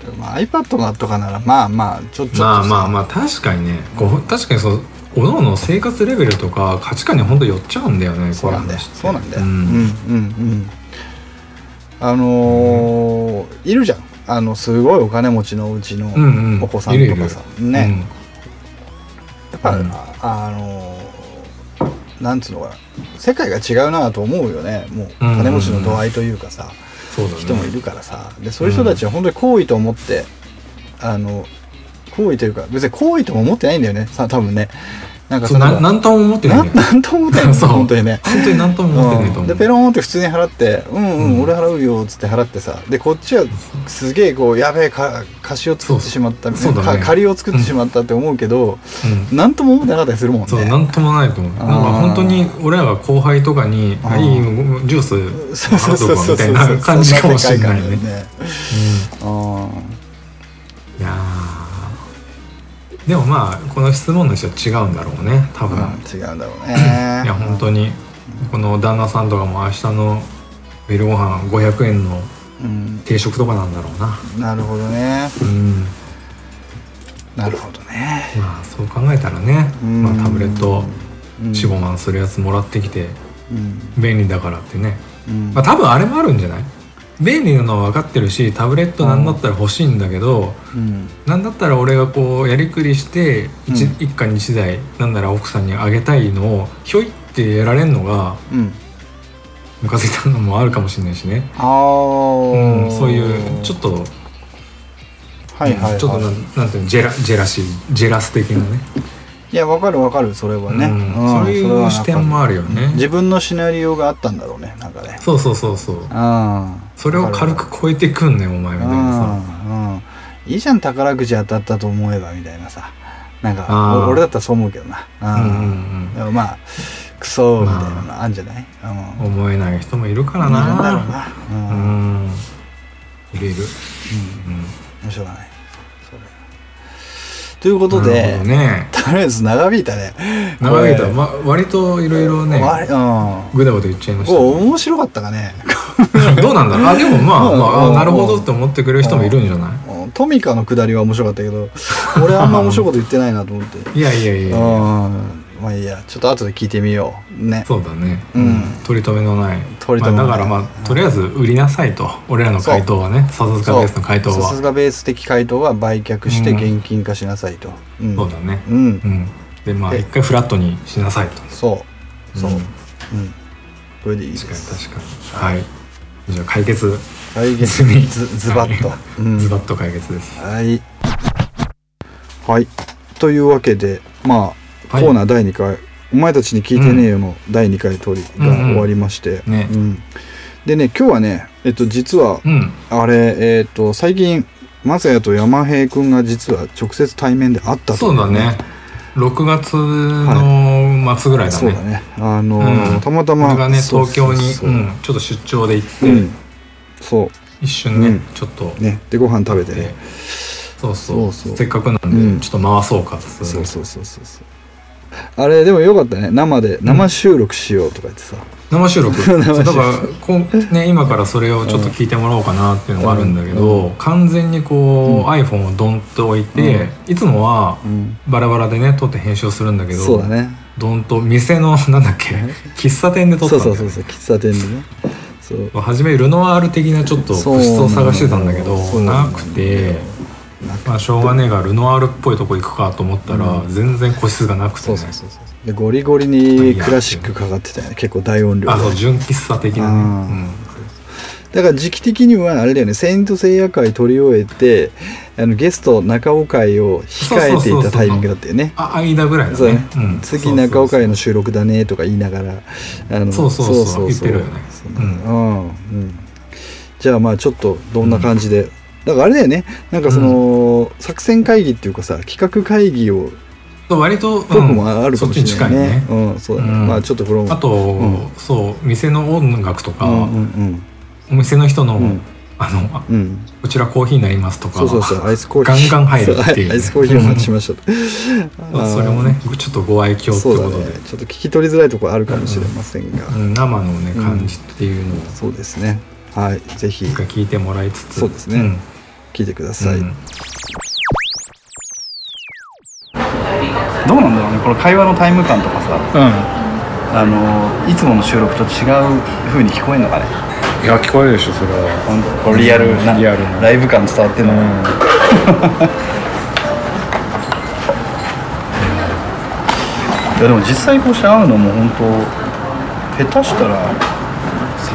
Speaker 2: でもまあ iPad がとかならまあまあちょちょっとさ
Speaker 3: まあまあまあ確かにねこう確かにそう各々の生活レベルとか価値観に本当寄っちゃうんだよね
Speaker 2: そうなんだよ
Speaker 3: こい話って
Speaker 2: そうなんだよ、
Speaker 3: う
Speaker 2: うん
Speaker 3: ん
Speaker 2: うんうんあのーいるじゃんあのすごいお金持ちのうちの
Speaker 3: うんうん
Speaker 2: お子さんとかさ、
Speaker 3: いるいる
Speaker 2: ね、
Speaker 3: うん
Speaker 2: やっぱ、
Speaker 3: うん
Speaker 2: ああのーなんつうのかな世界が違うなと思うよねもう
Speaker 3: うんうんうん
Speaker 2: 金持ちの度合いというかさ、
Speaker 3: そうだね
Speaker 2: 人もいるからさでそういう人たちは本当に好意と思って、あの好意というか別に好意とも思ってないんだよねさ多分ねなんか
Speaker 3: そうななんとも思ってない
Speaker 2: な
Speaker 3: ね
Speaker 2: なんとも思ってない
Speaker 3: そう
Speaker 2: 本当にね
Speaker 3: 本当になんとも思って
Speaker 2: う
Speaker 3: ないと
Speaker 2: ん、
Speaker 3: 思
Speaker 2: で
Speaker 3: う
Speaker 2: ペローンって普通に払って「うんうん、
Speaker 3: うん
Speaker 2: 俺払うよ」っつって払ってさでこっちはすげえこうやべえか貸しを作ってしまった
Speaker 3: そうそうそうだね
Speaker 2: か借りを作ってしまったって思うけど、
Speaker 3: うん
Speaker 2: なんとも思ってなかったりするもんね
Speaker 3: そうなんともないと思うなんか本当に俺らが後輩とかに「
Speaker 2: あー
Speaker 3: あいいよジュース
Speaker 2: そうそ
Speaker 3: 払
Speaker 2: う
Speaker 3: っと
Speaker 2: そう
Speaker 3: くわ」
Speaker 2: そう
Speaker 3: みたいな感じかもしれないね
Speaker 2: そん世界観だよね
Speaker 3: うん
Speaker 2: うん
Speaker 3: でもまあこの質問の人は違うんだろうね多分、
Speaker 2: うん、違うんだろうね
Speaker 3: いや本当にこの旦那さんとかも明日の昼ご飯500円の
Speaker 2: うん
Speaker 3: 定食とかなんだろうな
Speaker 2: なるほどね
Speaker 3: うん
Speaker 2: なるほどね
Speaker 3: まあそう考えたらね、
Speaker 2: うん
Speaker 3: まあ、タブレット
Speaker 2: うん
Speaker 3: 45万するやつもらってきて
Speaker 2: うん
Speaker 3: 便利だからってね、
Speaker 2: うん
Speaker 3: まあ、多分あれもあるんじゃない便利なのは分かってるしタブレットなんだったら欲しいんだけど、
Speaker 2: うん
Speaker 3: なんだったら俺がこうやりくりして一,、
Speaker 2: うん
Speaker 3: 一家に一台なんなら奥さんにあげたいのをひょいってやられんのが
Speaker 2: うん
Speaker 3: ムカついたのもあるかもしれないしね、
Speaker 2: あー
Speaker 3: うん、そういうちょっと、
Speaker 2: はいはい、はい、
Speaker 3: ちょっとなんなんていうのジェラジェラシージェラス的なね
Speaker 2: いやわかるわかるそれはね、
Speaker 3: うん
Speaker 2: ん
Speaker 3: そう
Speaker 2: れ
Speaker 3: い
Speaker 2: は
Speaker 3: う
Speaker 2: わかる
Speaker 3: 視点もあるよね
Speaker 2: 自分のシナリオがあったんだろうねなんかね
Speaker 3: そうそうそうそう
Speaker 2: うん
Speaker 3: それを軽く超えてくんねんお前み
Speaker 2: う
Speaker 3: たいなさ
Speaker 2: んうんいいじゃん宝くじ当たったと思えばみたいなさなん
Speaker 3: あ
Speaker 2: か
Speaker 3: ー
Speaker 2: お俺だったらそう思うけどな
Speaker 3: うん
Speaker 2: うん
Speaker 3: うん
Speaker 2: でもまあクソみたいなのあんじゃない、
Speaker 3: うん
Speaker 2: うん
Speaker 3: 思えない人もいるから
Speaker 2: いるんだろう
Speaker 3: な
Speaker 2: な
Speaker 3: う
Speaker 2: うん、うん
Speaker 3: んいるいる
Speaker 2: しょうがないそれというこ
Speaker 3: うん
Speaker 2: と
Speaker 3: なる
Speaker 2: で、
Speaker 3: ほどね
Speaker 2: とりあえず長引いたね
Speaker 3: 長い間、ま、割といろいろね
Speaker 2: あれうん
Speaker 3: ぐだぐだ言っちゃいまし
Speaker 2: これ
Speaker 3: たね
Speaker 2: 面白かったかね
Speaker 3: どうなんだろうあでもまあ
Speaker 2: うん
Speaker 3: まあ
Speaker 2: う
Speaker 3: あ
Speaker 2: ん
Speaker 3: なるほどって思ってくれる人もいるんじゃな
Speaker 2: うんトミカの下りは面白かったけど俺あんま面白いこと言ってないなと思って
Speaker 3: *laughs* いいやいやい
Speaker 2: うん
Speaker 3: や
Speaker 2: まあいいやちょっと後で聞いてみようね
Speaker 3: そうだね、
Speaker 2: うん
Speaker 3: 取り留めのない
Speaker 2: 取り留めの
Speaker 3: ま
Speaker 2: な
Speaker 3: あ、
Speaker 2: い
Speaker 3: だからまあとりあえず売りなさいと俺らの回答はね笹塚ベースの回答は
Speaker 2: さす
Speaker 3: そ
Speaker 2: がベース的回答は売却して
Speaker 3: うん
Speaker 2: 現金化しなさいと、うん、
Speaker 3: うだね
Speaker 2: うん
Speaker 3: うんでまあ
Speaker 2: え
Speaker 3: 一回フラットにしなさいと
Speaker 2: そうそう、うん
Speaker 3: ん
Speaker 2: これでいいです
Speaker 3: 確かに確かにはいじゃあ解決
Speaker 2: はい
Speaker 3: ズミ
Speaker 2: ズズバッと、うん
Speaker 3: ズバッと解決です、
Speaker 2: はいはいというわけでまあ、
Speaker 3: はい
Speaker 2: コーナー第2回「お前たちに聞いてねえよ」の第2回通りが終わりまして、
Speaker 3: うんうんね
Speaker 2: うんでね今日はねえっと実は
Speaker 3: うん
Speaker 2: あれえっと最近松也と山平君が実は直接対面で会ったと
Speaker 3: そうだね6月の末ぐらいだね,、
Speaker 2: そうだねあのー
Speaker 3: うん
Speaker 2: たまたま
Speaker 3: 俺がね
Speaker 2: そう
Speaker 3: 東京に
Speaker 2: そうそう
Speaker 3: うんちょっと出張で行っ
Speaker 2: う
Speaker 3: て、
Speaker 2: んそ
Speaker 3: 一瞬ね、
Speaker 2: うん
Speaker 3: ちょっと
Speaker 2: うねでご飯食べて
Speaker 3: で
Speaker 2: ね
Speaker 3: そうそ
Speaker 2: そううそう
Speaker 3: せっかくなんで、
Speaker 2: うん
Speaker 3: ちょっと回そうかっつって
Speaker 2: そうそうそうそうそうあれでもよかったね生で生収録しようとか言ってさ、
Speaker 3: 生収録
Speaker 2: *laughs* 生収録
Speaker 3: だからこう、ね、今からそれをちょっと聞いてもらおうかなっていうのがあるんだけど、完全にこう、iPhone をドンと置いて、いつもは
Speaker 2: うん、
Speaker 3: バラバラでね撮って編集をするんだけど
Speaker 2: そうだね
Speaker 3: ドンと店のなんだっけ喫茶店で撮
Speaker 2: そ
Speaker 3: っ
Speaker 2: う
Speaker 3: たんだ
Speaker 2: そ
Speaker 3: よ
Speaker 2: うそうそう喫茶店でねそう
Speaker 3: 初めルノワール的なちょっと
Speaker 2: そう
Speaker 3: 物質を探してたんだけど
Speaker 2: そう
Speaker 3: なくて。
Speaker 2: なくて
Speaker 3: まあ、しょうがねえがルノワールっぽいとこ行くかと思ったら、全然個室がなくて
Speaker 2: そう
Speaker 3: ね
Speaker 2: そうそうそうでゴリゴリにクラシックかかってたよね結構大音量
Speaker 3: あ
Speaker 2: で
Speaker 3: そう純喫茶的なね、
Speaker 2: だから時期的にはあれだよね「セイント・セイヤ」会取り終えてあのゲスト中尾会を控えていたタイミングだったよね
Speaker 3: あ間ぐらいだね
Speaker 2: そうだね
Speaker 3: ん
Speaker 2: 次中尾
Speaker 3: そうそうそう
Speaker 2: 会の収録だねとか言いながらあの
Speaker 3: そうそうそう言ってるよね
Speaker 2: そううんうんじゃあまあちょっとどんな感じで、だからあれだよねなんかその、作戦会議っていうかさ企画会議を
Speaker 3: そう割と、うん
Speaker 2: 僕もあるかもしれ
Speaker 3: そっちに近
Speaker 2: ない
Speaker 3: い
Speaker 2: ね,、
Speaker 3: ね、
Speaker 2: うんそうだね、
Speaker 3: うん
Speaker 2: まあちょっとこれも
Speaker 3: あと、
Speaker 2: うん
Speaker 3: そう店の音楽とか、
Speaker 2: うんうん
Speaker 3: お店の人の、
Speaker 2: うん
Speaker 3: あのあ
Speaker 2: うんうん
Speaker 3: こちらコーヒーになりますとか
Speaker 2: そうそうそうアイスコーヒー
Speaker 3: ガンガン入るっていうね
Speaker 2: そアイスコーヒーをお待ちしましたと
Speaker 3: まあそれもねちょっとご愛嬌って
Speaker 2: そうだ
Speaker 3: ことで
Speaker 2: ねちょっと聞き取りづらいところあるかもしれませんが、
Speaker 3: うん、生のね感じっていうのを
Speaker 2: そうですねはいぜひ
Speaker 3: 一回聞いてもらいつつ
Speaker 2: そうですね
Speaker 3: ん
Speaker 2: 聞いてください、
Speaker 3: う
Speaker 2: ど
Speaker 3: ん
Speaker 2: うなんだろうねこの会話のタイム感とかさ
Speaker 1: う
Speaker 2: あのいつもの収録と違う風に聞こえるのかね
Speaker 1: んいや聞こえるでしょそれは
Speaker 2: ほんとこうリアルな
Speaker 1: リアルな
Speaker 2: ライブ感伝わってる *laughs* のかな、いやでも実際こうして会うのも本当下手したら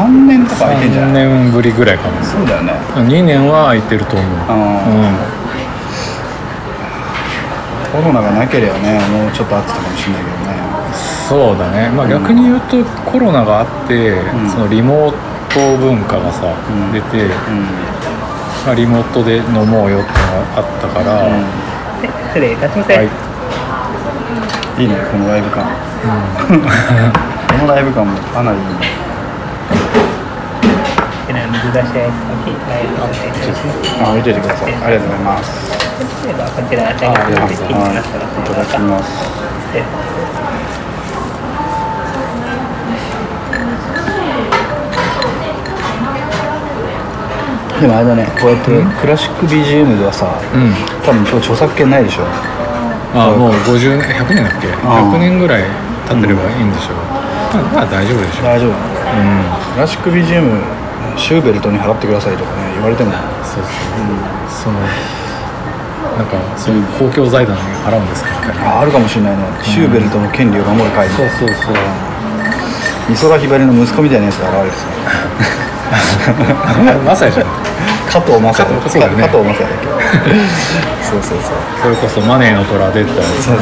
Speaker 2: 3年とか空いてんじゃ
Speaker 1: 3
Speaker 2: ない
Speaker 1: 年ぶりぐらいかな
Speaker 2: そうだよね
Speaker 1: 2年は空いてると思う
Speaker 2: あーコロナがなければねもうちょっと会ってたかもしれないけど
Speaker 1: う
Speaker 2: ね
Speaker 1: んそうだねまあ逆に言うとコロナがあって、
Speaker 2: ん
Speaker 1: そのリモート文化がさ、
Speaker 2: ん
Speaker 1: 出て、
Speaker 2: うん
Speaker 1: まあ、リモートで飲もうよってのがあったから、
Speaker 2: うん
Speaker 4: 失礼いたします。
Speaker 1: はい
Speaker 2: いいねこのライブ感、 *laughs* このライブ感もかなりいいね
Speaker 4: えらい水出して、大きいライブをお願いします。
Speaker 2: あ見ててくださいありがとうございます
Speaker 4: ではこちら大学の席になってますので、
Speaker 3: いただきます
Speaker 2: でもあれだねこうやってクラシック BGM ではさ、
Speaker 3: うん
Speaker 2: 多分今日著作権ないでしょ
Speaker 3: あもう50年100年だっけ
Speaker 2: あ
Speaker 3: 100年ぐらい経ってればいいんでしょう、まあ、まあ大丈夫でしょう、
Speaker 2: 大丈夫だね
Speaker 3: うん
Speaker 2: クラシック BGM シューベルトに払ってくださいとかね言われても
Speaker 3: そうそう、そのなんかそういう公共財団に払うんですかみたい
Speaker 2: あ
Speaker 3: な
Speaker 2: あるかもしれないね、シューベルトの権利を守る会
Speaker 3: そうそうそう
Speaker 2: 美空ひばりの息子みたいなやつが現れて
Speaker 3: *laughs*
Speaker 2: さ
Speaker 3: まさやじゃん
Speaker 2: 加藤雅也
Speaker 3: 加藤そうだよね
Speaker 2: 加藤雅也だっけそうそうそう
Speaker 3: *laughs* それこそマネーの虎でってやつ
Speaker 2: そうそう
Speaker 3: ね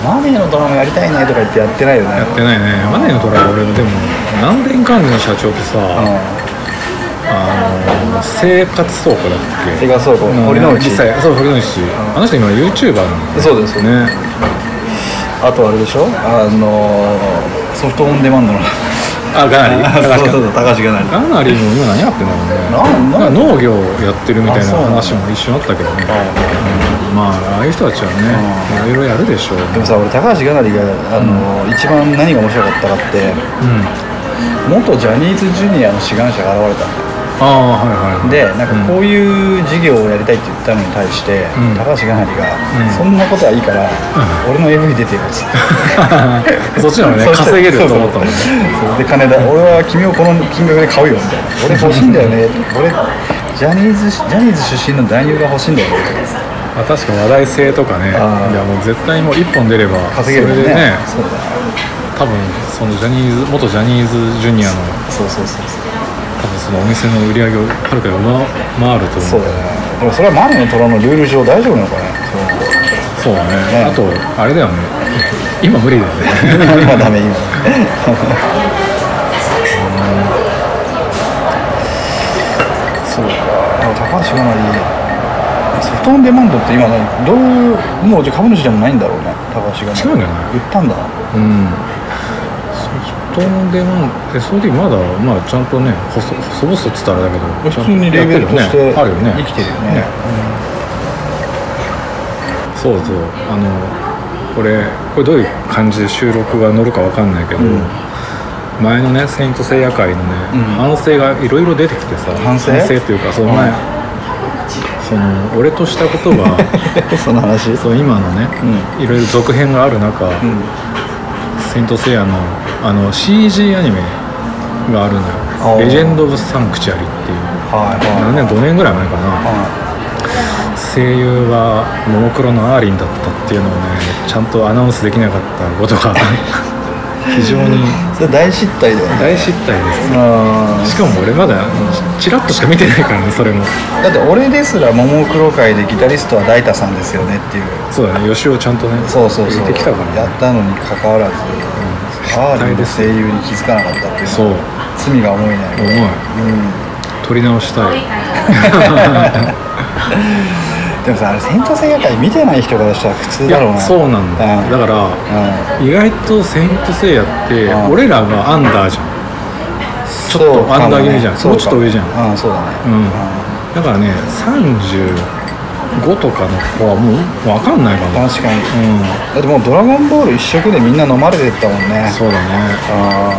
Speaker 2: そうマネーのドラマやりたいねとか言ってやってないよね
Speaker 3: やってないねマネーの虎は俺
Speaker 2: *laughs*
Speaker 3: でも何年間の社長とさ、
Speaker 2: う
Speaker 3: あの生活倉庫だっ
Speaker 2: ん
Speaker 3: け
Speaker 2: 生活倉庫
Speaker 3: の
Speaker 2: 堀之内
Speaker 3: 実際そう堀之内あの人今 YouTuber なんだ
Speaker 2: そうですよね
Speaker 3: よね
Speaker 2: あとあれでしょあのーソフトオンデマンドの
Speaker 3: あかなり
Speaker 2: *laughs* そうそうそう高橋がなり
Speaker 3: かなりも今何やってんだろうね
Speaker 2: なんなん
Speaker 3: んか農業やってるみたい
Speaker 2: あ
Speaker 3: な
Speaker 2: そうなんだ
Speaker 3: 話も一緒だったけどねうんまあああいう人たちはねいろいろやるでしょう
Speaker 2: でもさ俺高橋がなりが、あのー一番何が面白かったかって
Speaker 3: うん
Speaker 2: 元ジャニーズジュニアの志願者が現れたんだよ
Speaker 3: ああはいはい
Speaker 2: でなんかこ
Speaker 3: う
Speaker 2: ういう事業をやりたいって言ったのに対して、
Speaker 3: うん
Speaker 2: 高橋がなりが、
Speaker 3: うん
Speaker 2: そんなことはいいから、俺の AV 出てよっつって
Speaker 3: ん *laughs* そっちの方がね
Speaker 2: そうそう
Speaker 3: 稼げると思ったもんね
Speaker 2: そうそうで金だ俺は君をこの金額で買うよみたいな俺欲しいんだよね俺ジャニーズジャニーズ出身の男優が欲しいんだよね
Speaker 3: まあ確か話題性とかねい
Speaker 2: ああ
Speaker 3: やもう絶対もう一本出れば
Speaker 2: 稼げる
Speaker 3: そ
Speaker 2: よ
Speaker 3: れで
Speaker 2: ね
Speaker 3: ね
Speaker 2: そうだ
Speaker 3: 多分そのジャニーズ元ジャニーズジュニアの
Speaker 2: そうそうそうそう
Speaker 3: 多分そのお店の売り上げをはるかに上回ると
Speaker 2: そ
Speaker 3: 思
Speaker 2: う
Speaker 3: う
Speaker 2: だねでもそれはマネの虎のルール上大丈夫なのかね
Speaker 3: そうだね
Speaker 2: ね
Speaker 3: あとあれだよね今無理だよね
Speaker 2: そう今ダメ今ダメそうかでも高橋がなりソフトオンデマンドって今何どういうもうじゃあ株主でもないんだろうね高橋がなり
Speaker 3: 違うんじゃない
Speaker 2: 言ったんだな
Speaker 3: うんソフトオンデマンドえそれでまだまあちゃんとね細細々っつったらあれだけど
Speaker 2: 普通にレーベルとして
Speaker 3: ちゃんとやってるよねあるよね
Speaker 2: 生きてるよね
Speaker 3: そうそうあのこれこれどういう感じで収録が乗るかわかんないけど、前のね「セイント・セイヤ会」のね、
Speaker 2: うん
Speaker 3: 反省がいろいろ出てきてさ
Speaker 2: 反省
Speaker 3: っていうかその前、
Speaker 2: うん
Speaker 3: その俺としたこと
Speaker 2: *laughs*
Speaker 3: が
Speaker 2: その話
Speaker 3: その今のねいろいろ続編がある中「
Speaker 2: うん
Speaker 3: セイント・セイヤの」あの CG アニメがあるの
Speaker 2: あー
Speaker 3: よ「レジェンド・オブ・サンクチュアリ」っていう
Speaker 2: はいは
Speaker 3: 何
Speaker 2: い
Speaker 3: 年5年ぐらい前かな
Speaker 2: は
Speaker 3: 声優はモノクロのアーリンだったっていうのをねちゃんとアナウンスできなかったこと
Speaker 2: *laughs*
Speaker 3: が非常に
Speaker 2: いそれ大失態だよね
Speaker 3: 大失態です
Speaker 2: うん
Speaker 3: しかも俺まだチラッとしか見てないからねそれも
Speaker 2: だって俺ですらももクロ界でギタリストは大太さんですよねっていう
Speaker 3: そうだね吉尾ちゃんとね
Speaker 2: そうそうそう
Speaker 3: 入れてきたからね
Speaker 2: やったのにかかわらずアーリンの声優に気づかなかったっていう
Speaker 3: そう
Speaker 2: のは罪が重いね
Speaker 3: 重い
Speaker 2: うん
Speaker 3: 撮り直したい
Speaker 2: でもさあれ戦闘戦夜会見てない人からしたら普通
Speaker 3: い
Speaker 2: だろうな
Speaker 3: やそうなんだだ
Speaker 2: か
Speaker 3: から意外と「セイント・セイヤ」って
Speaker 2: うん
Speaker 3: 俺らがアンダーじゃんちょっとアンダー気味じゃんもうちょっと上じゃん
Speaker 2: うんそうだね
Speaker 3: うんだからね35とかの子はもう分かんないかも
Speaker 2: 確かに
Speaker 3: うん
Speaker 2: だってもうドラゴンボール一色でみんな飲まれてったもんね
Speaker 3: そうだね
Speaker 2: あ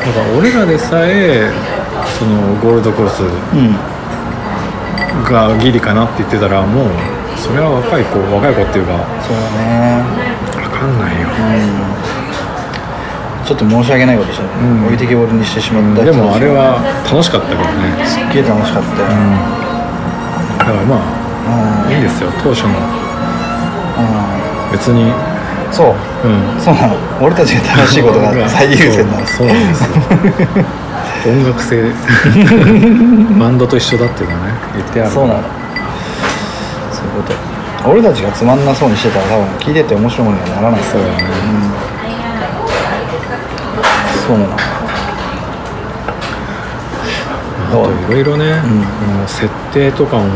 Speaker 3: だから俺らでさえそのゴールドコース
Speaker 2: あうん
Speaker 3: がギリかなって言ってたらもうそれは若い子若い子っていうか
Speaker 2: そうだね
Speaker 3: 分かんないよ
Speaker 2: ちょっと申し訳ないことした、
Speaker 3: ん
Speaker 2: 置いてけぼりにしてしまった人
Speaker 3: でもあれは楽しかったけどね
Speaker 2: すっげえ楽しかったよ、
Speaker 3: う
Speaker 2: うん
Speaker 3: んだからまあいいんですよ当初の別に
Speaker 2: うんそう
Speaker 3: うん
Speaker 2: そうなの俺たちが楽しいことが最優先なの
Speaker 3: そうそうなんですよ音楽性 *laughs* バンドと一緒だっていうのはね言ってある
Speaker 2: そうなのそういうこと俺たちがつまんなそうにしてたら多分聞いてて面白いものにはならない
Speaker 3: そうだね
Speaker 2: そうなの
Speaker 3: あといろいろね、もう設定とかも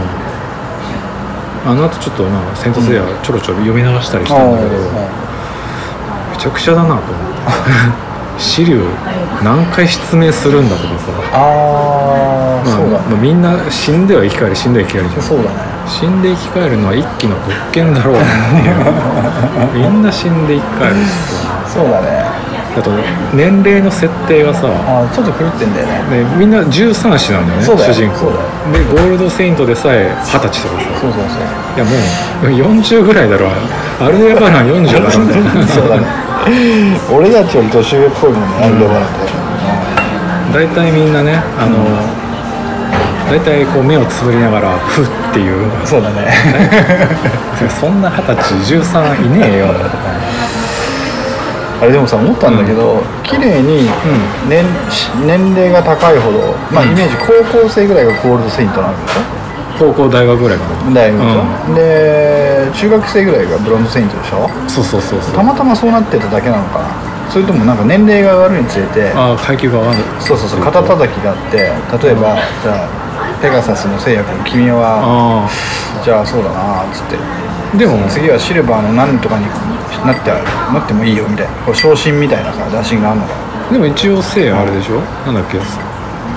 Speaker 3: あの後ちょっとまあ「セント・セイヤ」ちょろちょろ読み流したりしたんだけど、めちゃくちゃだなと
Speaker 2: *laughs*
Speaker 3: 思って資料何回失明するんだとかさ、
Speaker 2: あーあー
Speaker 3: まあ
Speaker 2: そうだ
Speaker 3: まあみんな死んでは生き返り死んでは生き返りじゃん
Speaker 2: そうだね
Speaker 3: 死んで生き返るのは一気の物件だろうなっていう
Speaker 2: *laughs*
Speaker 3: みんな死んで生き返る
Speaker 2: そうだね
Speaker 3: あと年齢の設定がさ、
Speaker 2: あちょっと狂ってんだよね
Speaker 3: ね、みんな13子なんだよね
Speaker 2: そうだよ
Speaker 3: 主人
Speaker 2: そ
Speaker 3: 公
Speaker 2: うだ
Speaker 3: でゴールドセイントでさえ二十歳とかさ
Speaker 2: そうそうそう *laughs*
Speaker 3: いやもう40ぐらいだろアルデバラン40だろみたいな
Speaker 2: そうだね俺たちより年上っぽいもんねアンドバラって
Speaker 3: 大体みんなねあの、大体こう目をつぶりながらふっていう
Speaker 2: そうだね
Speaker 3: そんな二十歳13いねえよ
Speaker 2: あれでもさ思ったんだけど、綺麗に年年齢が高いほどまあイメージ高校生ぐらいがゴールドセイントなわけでしょ
Speaker 3: 高校大学ぐらいかな
Speaker 2: 大学でしょ、で中学生ぐらいがブロンドセイントでしょ
Speaker 3: そうそうそうそ
Speaker 2: た
Speaker 3: う
Speaker 2: またまそうなってただけなのかなそれともなんか年齢が上がるにつれて
Speaker 3: ああ階級が合わない
Speaker 2: そうそうそう肩たたきがあって例えばじゃあペガサスの製薬の君は
Speaker 3: あ
Speaker 2: じゃあそうだなっつって
Speaker 3: あでも
Speaker 2: 次はシルバーの何とかになってなってもいいよみたいなこう昇進みたいなさ打診があるのか
Speaker 3: でも一応性あれでしょなんだっけ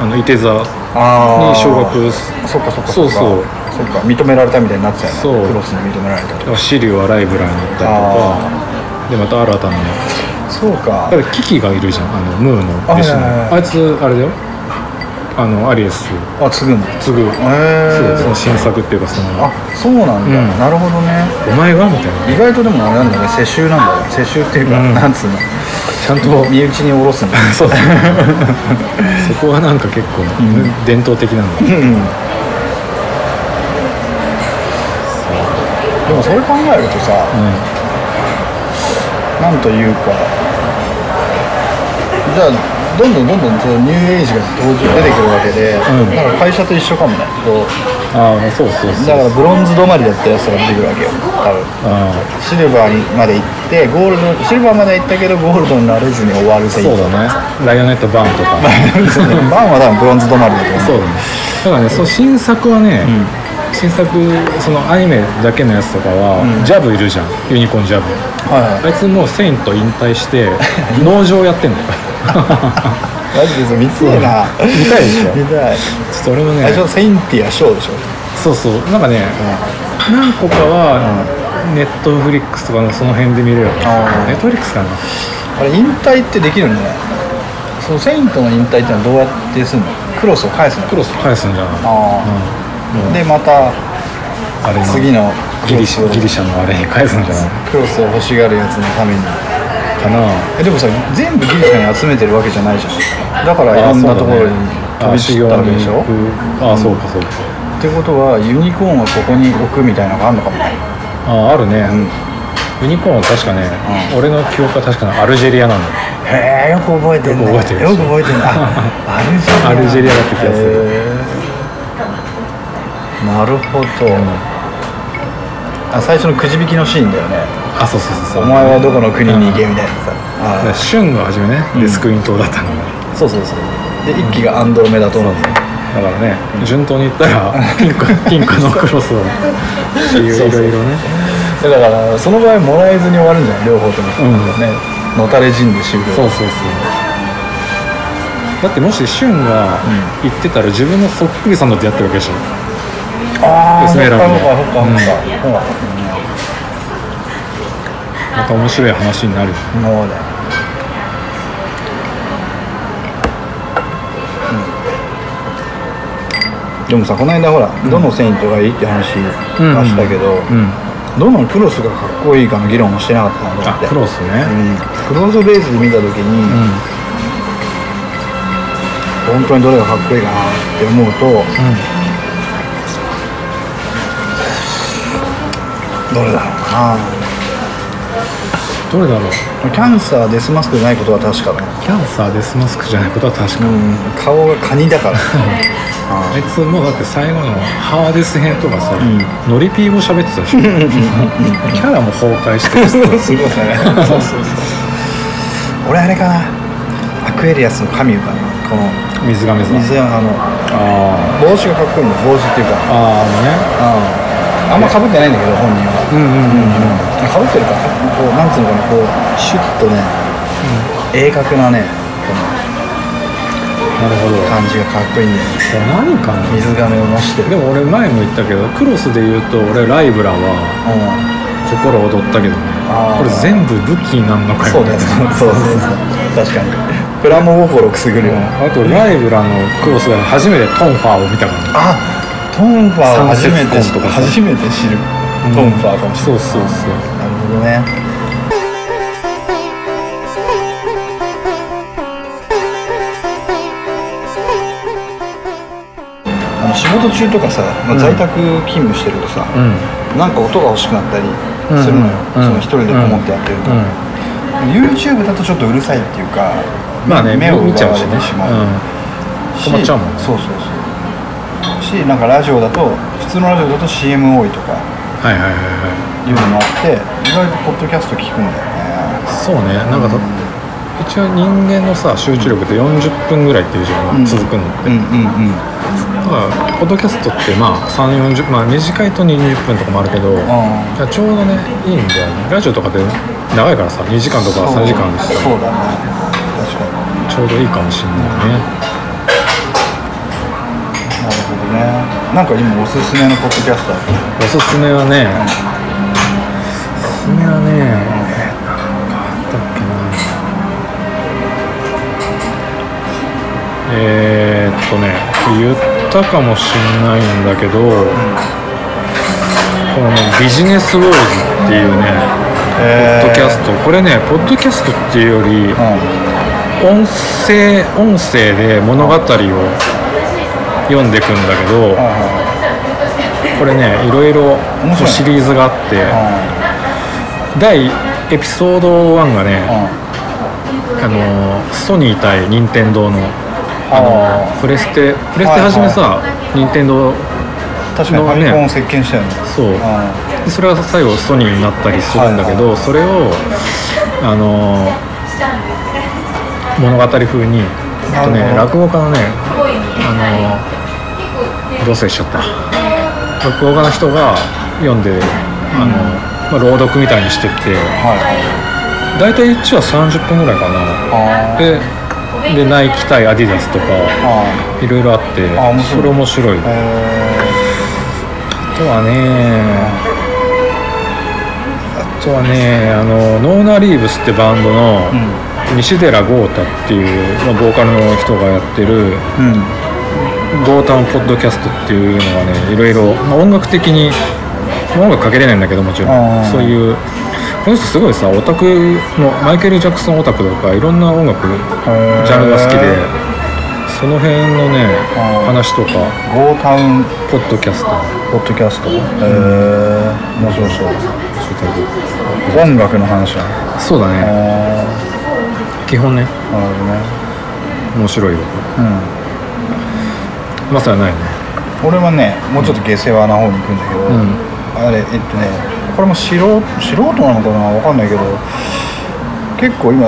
Speaker 3: あのいて座
Speaker 2: あ
Speaker 3: に
Speaker 2: あ
Speaker 3: 小学
Speaker 2: そっかそっか
Speaker 3: そう
Speaker 2: そ
Speaker 3: そ
Speaker 2: っ
Speaker 3: う
Speaker 2: かそっか認められたみたいになってたよね
Speaker 3: そう
Speaker 2: クロスに認められた
Speaker 3: だ
Speaker 2: と
Speaker 3: からシリウはライブラーになったりとかでまた新たな
Speaker 2: そうか
Speaker 3: だからキキがいるじゃんあのムーの弟子
Speaker 2: はいはいはい
Speaker 3: のあいつあれだよあのアリエス
Speaker 2: あ継ぐんだへ
Speaker 3: 継ぐそうそ
Speaker 2: え
Speaker 3: の新作っていうかその
Speaker 2: あそうなんだ、
Speaker 3: うん
Speaker 2: なるほどね
Speaker 3: お前がみたいな
Speaker 2: 意外とでもあれなんだね世襲なんだね世襲っていうか、
Speaker 3: うん
Speaker 2: なんつうの
Speaker 3: ちゃんと
Speaker 2: 身内に下ろすんだ
Speaker 3: *laughs* そうそこはなんか結構、伝統的なの
Speaker 2: うんうんでもそれ考えるとさ、なんというかじゃあどんどんどんどんそのニューエイジが同時に出てくるわけで、
Speaker 3: ん
Speaker 2: だから会社と一緒かもねこう
Speaker 3: ああそうそうそ
Speaker 2: だから
Speaker 3: う
Speaker 2: ブロンズ止まりだったやつが出てくるわけよ多分
Speaker 3: ああ
Speaker 2: シルバーにまで行ってゴールドシルバーまで行ったけどゴールドになれずに終わるぜ
Speaker 3: そうだねライオネットバーンとか
Speaker 2: そうだ *laughs* ねバンは多分ブロンズ止まりだと思う
Speaker 3: そうだねだからねその新作はね、新作そのアニメだけのやつとかは、ジャブいるじゃんユニコーンジャブ
Speaker 2: はい、
Speaker 3: あいつもうセイント引退して *laughs* 農場やって
Speaker 2: *laughs*
Speaker 3: んだよ
Speaker 2: マジでそれ見てえな
Speaker 3: 見たいでしょ
Speaker 2: 見たい
Speaker 3: ちょっと俺も
Speaker 2: あれ
Speaker 3: ね
Speaker 2: でしょセインティアショーでしょ
Speaker 3: そうそうなんかね、何個かはネットフリックスとかのその辺で見れる
Speaker 2: あー
Speaker 3: ネットフリックスかな
Speaker 2: あれ引退ってできるんだねそのセイントの引退ってのはどうやってするのクロスを返すの
Speaker 3: クロス返すんじゃない
Speaker 2: ああ、でまた
Speaker 3: あれに
Speaker 2: 次の
Speaker 3: ギリシャギリシャのあれに返すんじゃない
Speaker 2: クロスを欲しがるやつのために
Speaker 3: かな
Speaker 2: えでもさ全部ギリシャに集めてるわけじゃないじゃんだからいろんなところに飛び散ったわけでしょ、
Speaker 3: あーそうかそうか
Speaker 2: ってことはユニコーンはここに置くみたいなのがあるのかもね
Speaker 3: あーあるね、ユニコーンは確かね、俺の記憶は確かにアルジェリアなんだよ
Speaker 2: へえよく覚えてんね
Speaker 3: よく覚えてるでしょ
Speaker 2: よく覚えて *laughs* んだあアルジェリア
Speaker 3: アルジェリアだった気がする
Speaker 2: へえなるほど、あ最初のくじ引きのシーンだよね
Speaker 3: あそうそうそうそう
Speaker 2: お前はどこの国に行けみたいなさ
Speaker 3: だ
Speaker 2: あ
Speaker 3: からシュンが初めねデスクイン島だったのが、
Speaker 2: そうそうそうで一機がアンドロメダ島なんだよ
Speaker 3: だからね、順当に言ったらピンクピンクのクロスをっていういろいろね
Speaker 2: でだからその場合もらえずに終わるんじゃない両方とも、
Speaker 3: ん
Speaker 2: ねのたれ死んで終了
Speaker 3: そうそうそうだってもしシュンが言ってたら自分のそっくりさんだってやってるわけでしょ
Speaker 2: ああ
Speaker 3: エス
Speaker 2: そっ
Speaker 3: メラ
Speaker 2: か
Speaker 3: ルダ
Speaker 2: そっかそっかそっか、
Speaker 3: うん
Speaker 2: そうだ
Speaker 3: また面白い話になるよ
Speaker 2: そうだようんでもさこの間ほら、どのセイントがいいって話出したけど、
Speaker 3: うん
Speaker 2: どのクロスがかっこいいかの議論をしてなかったなと思っ
Speaker 3: あ
Speaker 2: て
Speaker 3: クロスね、
Speaker 2: クロスベースで見た時に、本当にどれがかっこいいかなって思うと、どれだろう
Speaker 3: どれだろう
Speaker 2: なキャンサーデスマスクでないことは確かだ、
Speaker 3: キャンサーデスマスクじゃないことは確か、
Speaker 2: うん、顔がカニだ *laughs* から
Speaker 3: あいつもうだって最後のハーデス編とかさ、ノリピー語喋ってたでしょキャラも崩壊してるし
Speaker 2: すごいねそうそうそう俺あれかなアクエリアスの神かなこの
Speaker 3: 水亀さん
Speaker 2: 水山あの
Speaker 3: あ
Speaker 2: 帽子がかっこいいんだ帽子っていう
Speaker 3: あ
Speaker 2: か
Speaker 3: あ
Speaker 2: ああんまかぶってないんだけど本人は
Speaker 3: あのねうんうんうん
Speaker 2: かぶってるかこうなんつうのかなこうシュッとね、鋭角なねこの
Speaker 3: なるほど
Speaker 2: 感じがかっこいいんだよね
Speaker 3: 何かな
Speaker 2: 水がめを模してる
Speaker 3: でも俺前も言ったけどクロスで言うと俺ライブラは
Speaker 2: う
Speaker 3: 心躍ったけどね
Speaker 2: あー
Speaker 3: これ全部武器になんのか
Speaker 2: そ
Speaker 3: よ
Speaker 2: うだよね *laughs* そうそうそう確かにプラモ心くすぐるような
Speaker 3: あとライブラのクロスで初めてトンファーを見たからね
Speaker 2: あトンファーを初めて
Speaker 3: サンセットコンとかさ
Speaker 2: 初めて知るトンファーかもしれない、
Speaker 3: そうそうそう
Speaker 2: なるほどねあの仕事中とかさ、まあ、在宅勤務してるとさ、
Speaker 3: うん
Speaker 2: なんか音が欲しくなったりするのよ、
Speaker 3: うん
Speaker 2: その一人でこもってやってると、
Speaker 3: うん
Speaker 2: YouTube だとちょっとうるさいっていうか
Speaker 3: まあね
Speaker 2: 目を
Speaker 3: 見ちゃ
Speaker 2: 奪わ
Speaker 3: うし
Speaker 2: れ
Speaker 3: ね
Speaker 2: てしまう、
Speaker 3: 止まっちゃうもんね
Speaker 2: そうそうそうしなんかラジオだと普通のラジオだと CM 多いとか
Speaker 3: うんはいはいはいは
Speaker 2: いうのもあって意外とポッドキャスト聞くんだよね
Speaker 3: いそうねなんかた一応人間のさ集中力って40分ぐらいっていう時間が続くのっ
Speaker 2: う
Speaker 3: て、
Speaker 2: んうんうん
Speaker 3: だからポッドキャストってまあ3 4 0まあ短いと20分とかもあるけど、
Speaker 2: あ
Speaker 3: いやちょうどねいいんだよねラジオとかで長いからさ2時間とか3時間でした
Speaker 2: そ
Speaker 3: ら
Speaker 2: うだね確かに
Speaker 3: ちょうどいいかもしんないね
Speaker 2: なるほどねなんか今おすすめのポッドキャストある
Speaker 3: おすすめはねおすすめはねなんかあったっけなえー、っとね言ったかもしんないんだけど、このねビジネスウォーズっていうね
Speaker 2: え
Speaker 3: ポッドキャストこれねポッドキャストっていうより
Speaker 2: うん
Speaker 3: 音声音声で物語を読んでいくんだけど
Speaker 2: は
Speaker 3: これねいろいろ
Speaker 2: 面白い
Speaker 3: シリーズがあって
Speaker 2: いは
Speaker 3: 第エピソード1が
Speaker 2: いうん
Speaker 3: ねあのーソニー対任天堂の
Speaker 2: あ
Speaker 3: プレステプレステ初めさ任天堂
Speaker 2: あ確かにファミコンを席巻したよね
Speaker 3: そう
Speaker 2: うんは
Speaker 3: でそれは最後ソニーになったりするんだけどそれをあのー物語風にあとね
Speaker 2: なる
Speaker 3: 落語家のねあのーどうせしちゃった落語家の人が読んであのー、まあ、朗読みたいにしてて
Speaker 2: い
Speaker 3: 大体1話30分ぐらいかな
Speaker 2: あー
Speaker 3: ででナイキ対アディダスとか
Speaker 2: あ
Speaker 3: いろいろあって
Speaker 2: あ面白い
Speaker 3: それ面白い
Speaker 2: ーえー
Speaker 3: あとはねあとはねあのノーナ・リーブスってバンドの西寺豪太っていう、まあ、ボーカルの人がやってる
Speaker 2: うん
Speaker 3: 豪太のポッドキャストっていうのがねいろいろ、まあ、音楽的にまあ音楽かけれないんだけどもちろ
Speaker 2: あ
Speaker 3: ん
Speaker 2: ー
Speaker 3: そういうこの人すごいさオタクのマイケル・ジャクソンオタクとかいろんな音楽
Speaker 2: へー
Speaker 3: ジャンルが好きでその辺のね
Speaker 2: あー
Speaker 3: 話とか
Speaker 2: ゴータウン
Speaker 3: ポッドキャスト
Speaker 2: ポッドキャストへえ面白そう音楽の話だね
Speaker 3: そうだ
Speaker 2: へ
Speaker 3: ね
Speaker 2: え
Speaker 3: 基本ね
Speaker 2: なるほどね
Speaker 3: 面白いよマサはないね
Speaker 2: うん俺はねもうちょっと下世話な方に行くんだけど、
Speaker 3: ん
Speaker 2: あれえっとねこれも素人素人なのかなわかんないけど結構今